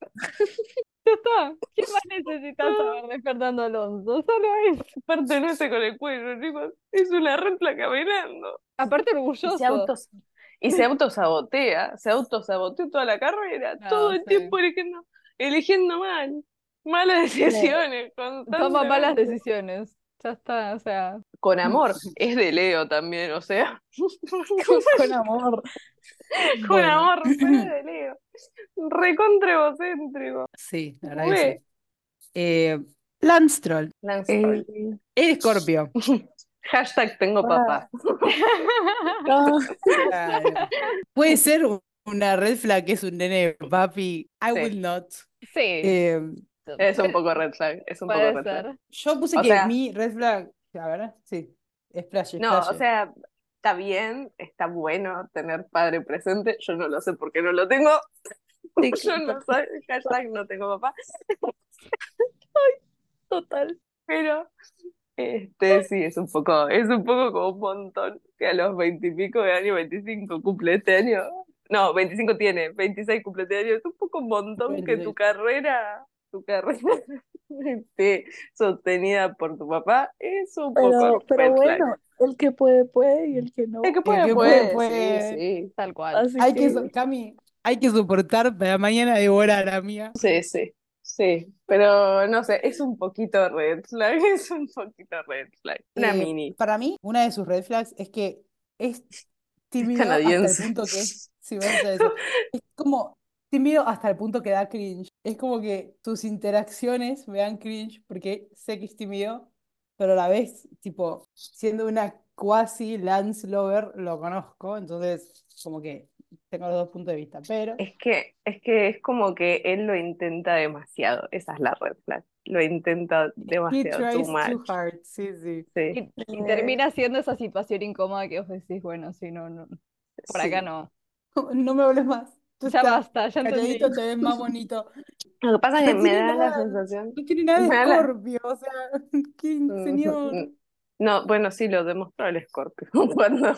[SPEAKER 3] Ya está. ¿Qué más necesitas saber de Fernando Alonso? Solo eso.
[SPEAKER 2] Parte nuez con el cuello, chicos, es una red flag caminando.
[SPEAKER 3] Aparte, orgulloso.
[SPEAKER 2] Y se, autos- y se autosabotea, se autosaboteó toda la carrera,
[SPEAKER 3] No,
[SPEAKER 2] todo el
[SPEAKER 3] sí.
[SPEAKER 2] tiempo eligiendo, eligiendo mal, malas decisiones,
[SPEAKER 3] Toma malas
[SPEAKER 2] constantemente.
[SPEAKER 3] decisiones. Ya está, o sea.
[SPEAKER 2] Con amor, es de Leo también, o sea,
[SPEAKER 1] Con amor.
[SPEAKER 2] con
[SPEAKER 1] Bueno,
[SPEAKER 2] amor, pero es de Leo, recontra egocéntrico.
[SPEAKER 1] Sí, la verdad que
[SPEAKER 2] Re.
[SPEAKER 1] sí. Eh, Lance Troll,
[SPEAKER 2] Lance
[SPEAKER 4] Eh,
[SPEAKER 2] Stroll.
[SPEAKER 1] Escorpio.
[SPEAKER 2] Hashtag tengo papá.
[SPEAKER 4] ah,
[SPEAKER 1] Claro. Puede ser un- una red flag que es un nene, papi. I
[SPEAKER 2] Sí.
[SPEAKER 1] will not.
[SPEAKER 3] Sí.
[SPEAKER 1] Eh,
[SPEAKER 2] Es un poco red flag, es un poco
[SPEAKER 3] Puede
[SPEAKER 2] red flag.
[SPEAKER 3] ser.
[SPEAKER 1] yo puse
[SPEAKER 2] O
[SPEAKER 1] que
[SPEAKER 2] sea-
[SPEAKER 1] mi red flag, la verdad, sí, es flash, es
[SPEAKER 2] No, o
[SPEAKER 1] flash.
[SPEAKER 2] sea, está bien, está bueno tener padre presente. Yo no lo sé por qué no lo tengo. Yo no soy, hashtag no tengo papá. Ay, total. Pero este sí, es un poco, es un poco como un montón que a los veintipico de año, veinticinco cumple este año. No, veinticinco tiene, veintiséis cumple este año. Es un poco un montón que
[SPEAKER 1] 26.
[SPEAKER 2] tu carrera, tu carrera esté sostenida por tu papá. Es un
[SPEAKER 4] pero,
[SPEAKER 2] poco
[SPEAKER 4] pero
[SPEAKER 2] red flag.
[SPEAKER 4] bueno, el que puede, puede y el que no.
[SPEAKER 2] El que puede,
[SPEAKER 1] que
[SPEAKER 2] puede,
[SPEAKER 1] puede, puede.
[SPEAKER 2] sí,
[SPEAKER 3] Tal cual.
[SPEAKER 4] Así
[SPEAKER 1] Hay
[SPEAKER 4] que,
[SPEAKER 1] que, so- Cami, hay que soportar para mañana devorar a mía.
[SPEAKER 2] sí, sí, sí, sí. Pero no sé, es un poquito red flag, es un poquito red flag. Una
[SPEAKER 1] Eh,
[SPEAKER 2] mini.
[SPEAKER 1] Para mí, una de sus red flags es que es tímido hasta el
[SPEAKER 2] canadiense.
[SPEAKER 1] punto que es, sí, voy a hacer eso. Es como tímido hasta el punto que da cringe. Es como que tus interacciones me dan cringe porque sé que es tímido, pero a la vez, tipo, siendo una cuasi Lance Lover, lo conozco, entonces como que tengo los dos puntos de vista, pero
[SPEAKER 2] Es que, es que es como que él lo intenta demasiado. Esa es la red flag. Lo intenta
[SPEAKER 1] he
[SPEAKER 2] demasiado, too
[SPEAKER 1] tries too
[SPEAKER 2] much.
[SPEAKER 1] hard, sí, sí.
[SPEAKER 2] Sí,
[SPEAKER 3] Y, y termina siendo esa situación incómoda que vos decís, bueno, si no, no por
[SPEAKER 2] sí.
[SPEAKER 3] acá no.
[SPEAKER 1] No me hables más. Tú
[SPEAKER 3] Ya
[SPEAKER 1] estás
[SPEAKER 3] basta, ya entendí.
[SPEAKER 1] calladito, te ves más bonito.
[SPEAKER 2] Lo que pasa es que
[SPEAKER 1] No
[SPEAKER 2] me
[SPEAKER 1] tiene
[SPEAKER 2] da la
[SPEAKER 1] nada.
[SPEAKER 2] sensación.
[SPEAKER 1] No tiene nada de
[SPEAKER 2] Me da la-
[SPEAKER 1] Scorpio, o sea, ¿qué
[SPEAKER 3] Mm,
[SPEAKER 1] señor?
[SPEAKER 2] mm, No, bueno, sí, lo demostró el Scorpio cuando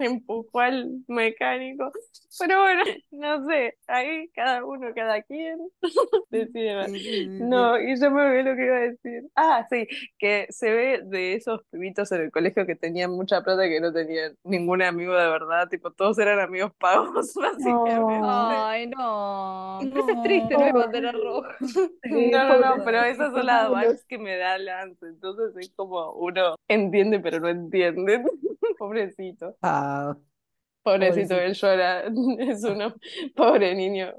[SPEAKER 2] empujó al mecánico. Pero bueno, no sé, ahí cada uno, cada quien decide. No, y yo me olvidé lo que iba a decir. Ah, sí, que se ve de esos pibitos en el colegio que tenían mucha plata y que no tenían ningún amigo de verdad, tipo, todos eran amigos pagos, básicamente.
[SPEAKER 3] Ay, no. Pero eso es
[SPEAKER 1] No.
[SPEAKER 3] triste, no hay bandera roja.
[SPEAKER 4] Sí,
[SPEAKER 2] No, no, no,
[SPEAKER 4] pobre.
[SPEAKER 2] pero esas son las vibes que me da Lance, entonces es como uno entiende pero no entiende. Pobrecito,
[SPEAKER 1] Ah,
[SPEAKER 2] pobrecito,
[SPEAKER 1] Pobrecito.
[SPEAKER 2] él llora, es uno pobre niño,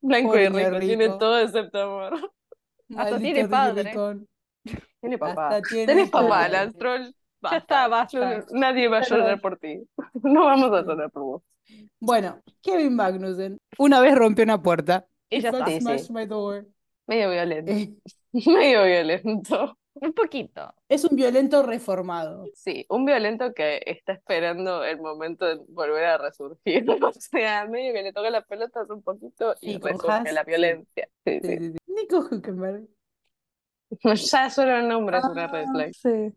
[SPEAKER 2] blanco
[SPEAKER 1] Pobre
[SPEAKER 2] y
[SPEAKER 1] niño
[SPEAKER 2] rico, tiene
[SPEAKER 1] rico.
[SPEAKER 2] todo excepto amor.
[SPEAKER 3] Hasta
[SPEAKER 1] maldito
[SPEAKER 3] tiene
[SPEAKER 1] niño
[SPEAKER 3] padre.
[SPEAKER 1] ricón.
[SPEAKER 2] Tiene papá.
[SPEAKER 1] Hasta tiene
[SPEAKER 2] Tenés papá,
[SPEAKER 1] padre.
[SPEAKER 2] Lance Troll.
[SPEAKER 3] Ya está,
[SPEAKER 2] No,
[SPEAKER 3] basta.
[SPEAKER 2] no, nadie va a llorar por ti. No vamos a llorar por vos.
[SPEAKER 1] Bueno, Kevin Magnussen una vez rompió una puerta.
[SPEAKER 3] Y ya
[SPEAKER 1] Fuck
[SPEAKER 3] está.
[SPEAKER 2] Sí,
[SPEAKER 1] smash
[SPEAKER 2] sí.
[SPEAKER 1] my door.
[SPEAKER 2] Medio violento.
[SPEAKER 1] Eh,
[SPEAKER 2] Medio violento.
[SPEAKER 3] Un poquito.
[SPEAKER 1] es un violento reformado.
[SPEAKER 2] Sí, un violento que está esperando el momento de volver a resurgir. O sea, medio que le toca las pelotas un poquito y
[SPEAKER 1] Sí, con
[SPEAKER 2] resurge
[SPEAKER 1] Haas,
[SPEAKER 2] la
[SPEAKER 1] sí.
[SPEAKER 2] violencia. Sí,
[SPEAKER 1] Sí,
[SPEAKER 2] sí.
[SPEAKER 1] sí, sí. Nico Huckenberg.
[SPEAKER 2] Ya solo el nombre es una red flag.
[SPEAKER 4] Sí.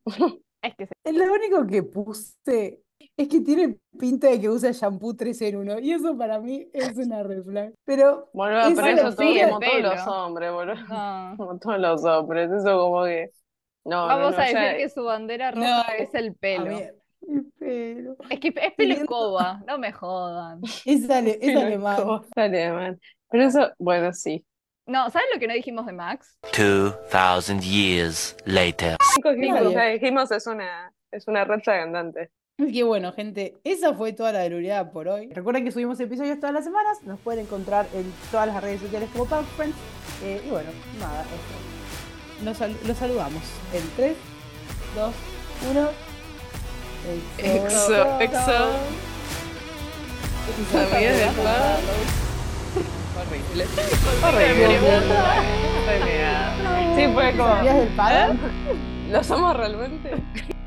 [SPEAKER 3] Es que se...
[SPEAKER 1] Eh, Lo único que puse es que tiene pinta de que usa shampoo 3 en 1. Y eso para mí es una red flag. Pero
[SPEAKER 2] Boludo,
[SPEAKER 1] Es
[SPEAKER 2] pero
[SPEAKER 1] una
[SPEAKER 2] eso todo,
[SPEAKER 1] fila de
[SPEAKER 2] como todos
[SPEAKER 3] pelo.
[SPEAKER 2] los hombres, boludo.
[SPEAKER 3] No.
[SPEAKER 2] Como todos los hombres. Eso como que. No, no,
[SPEAKER 3] Vamos
[SPEAKER 2] no,
[SPEAKER 3] Ah. a decir
[SPEAKER 2] ya-
[SPEAKER 3] que su bandera
[SPEAKER 1] No,
[SPEAKER 3] roja es el
[SPEAKER 1] a
[SPEAKER 3] pelo.
[SPEAKER 1] mí. Pero.
[SPEAKER 3] Es que es pelo
[SPEAKER 1] Siguiendo-
[SPEAKER 3] escoba, no me jodan.
[SPEAKER 1] Es, ale- es
[SPEAKER 2] Pero
[SPEAKER 1] alemán.
[SPEAKER 2] ¿cómo es alemán? Pero eso, bueno, sí.
[SPEAKER 3] No, ¿sabes lo que no dijimos de Max?
[SPEAKER 5] 2,000 years later.
[SPEAKER 2] Cinco
[SPEAKER 1] Está
[SPEAKER 2] Gimos, o
[SPEAKER 1] bien.
[SPEAKER 2] sea, Gimos es una, es una red andante.
[SPEAKER 1] Así que bueno, gente, esa fue toda la deluridad por hoy. Recuerden que subimos episodios todas las semanas. Nos pueden encontrar en todas las redes sociales como Punk Friends. Eh, y bueno, nada, eso. Nos sal- los saludamos en 3, 2, 1.
[SPEAKER 2] Exo, exo. Amigas de Juan. Horrible. Horrible. Horrible. Sí, fue como. ¿eh?
[SPEAKER 1] ¿Sabías del padre?
[SPEAKER 2] ¿Lo somos realmente?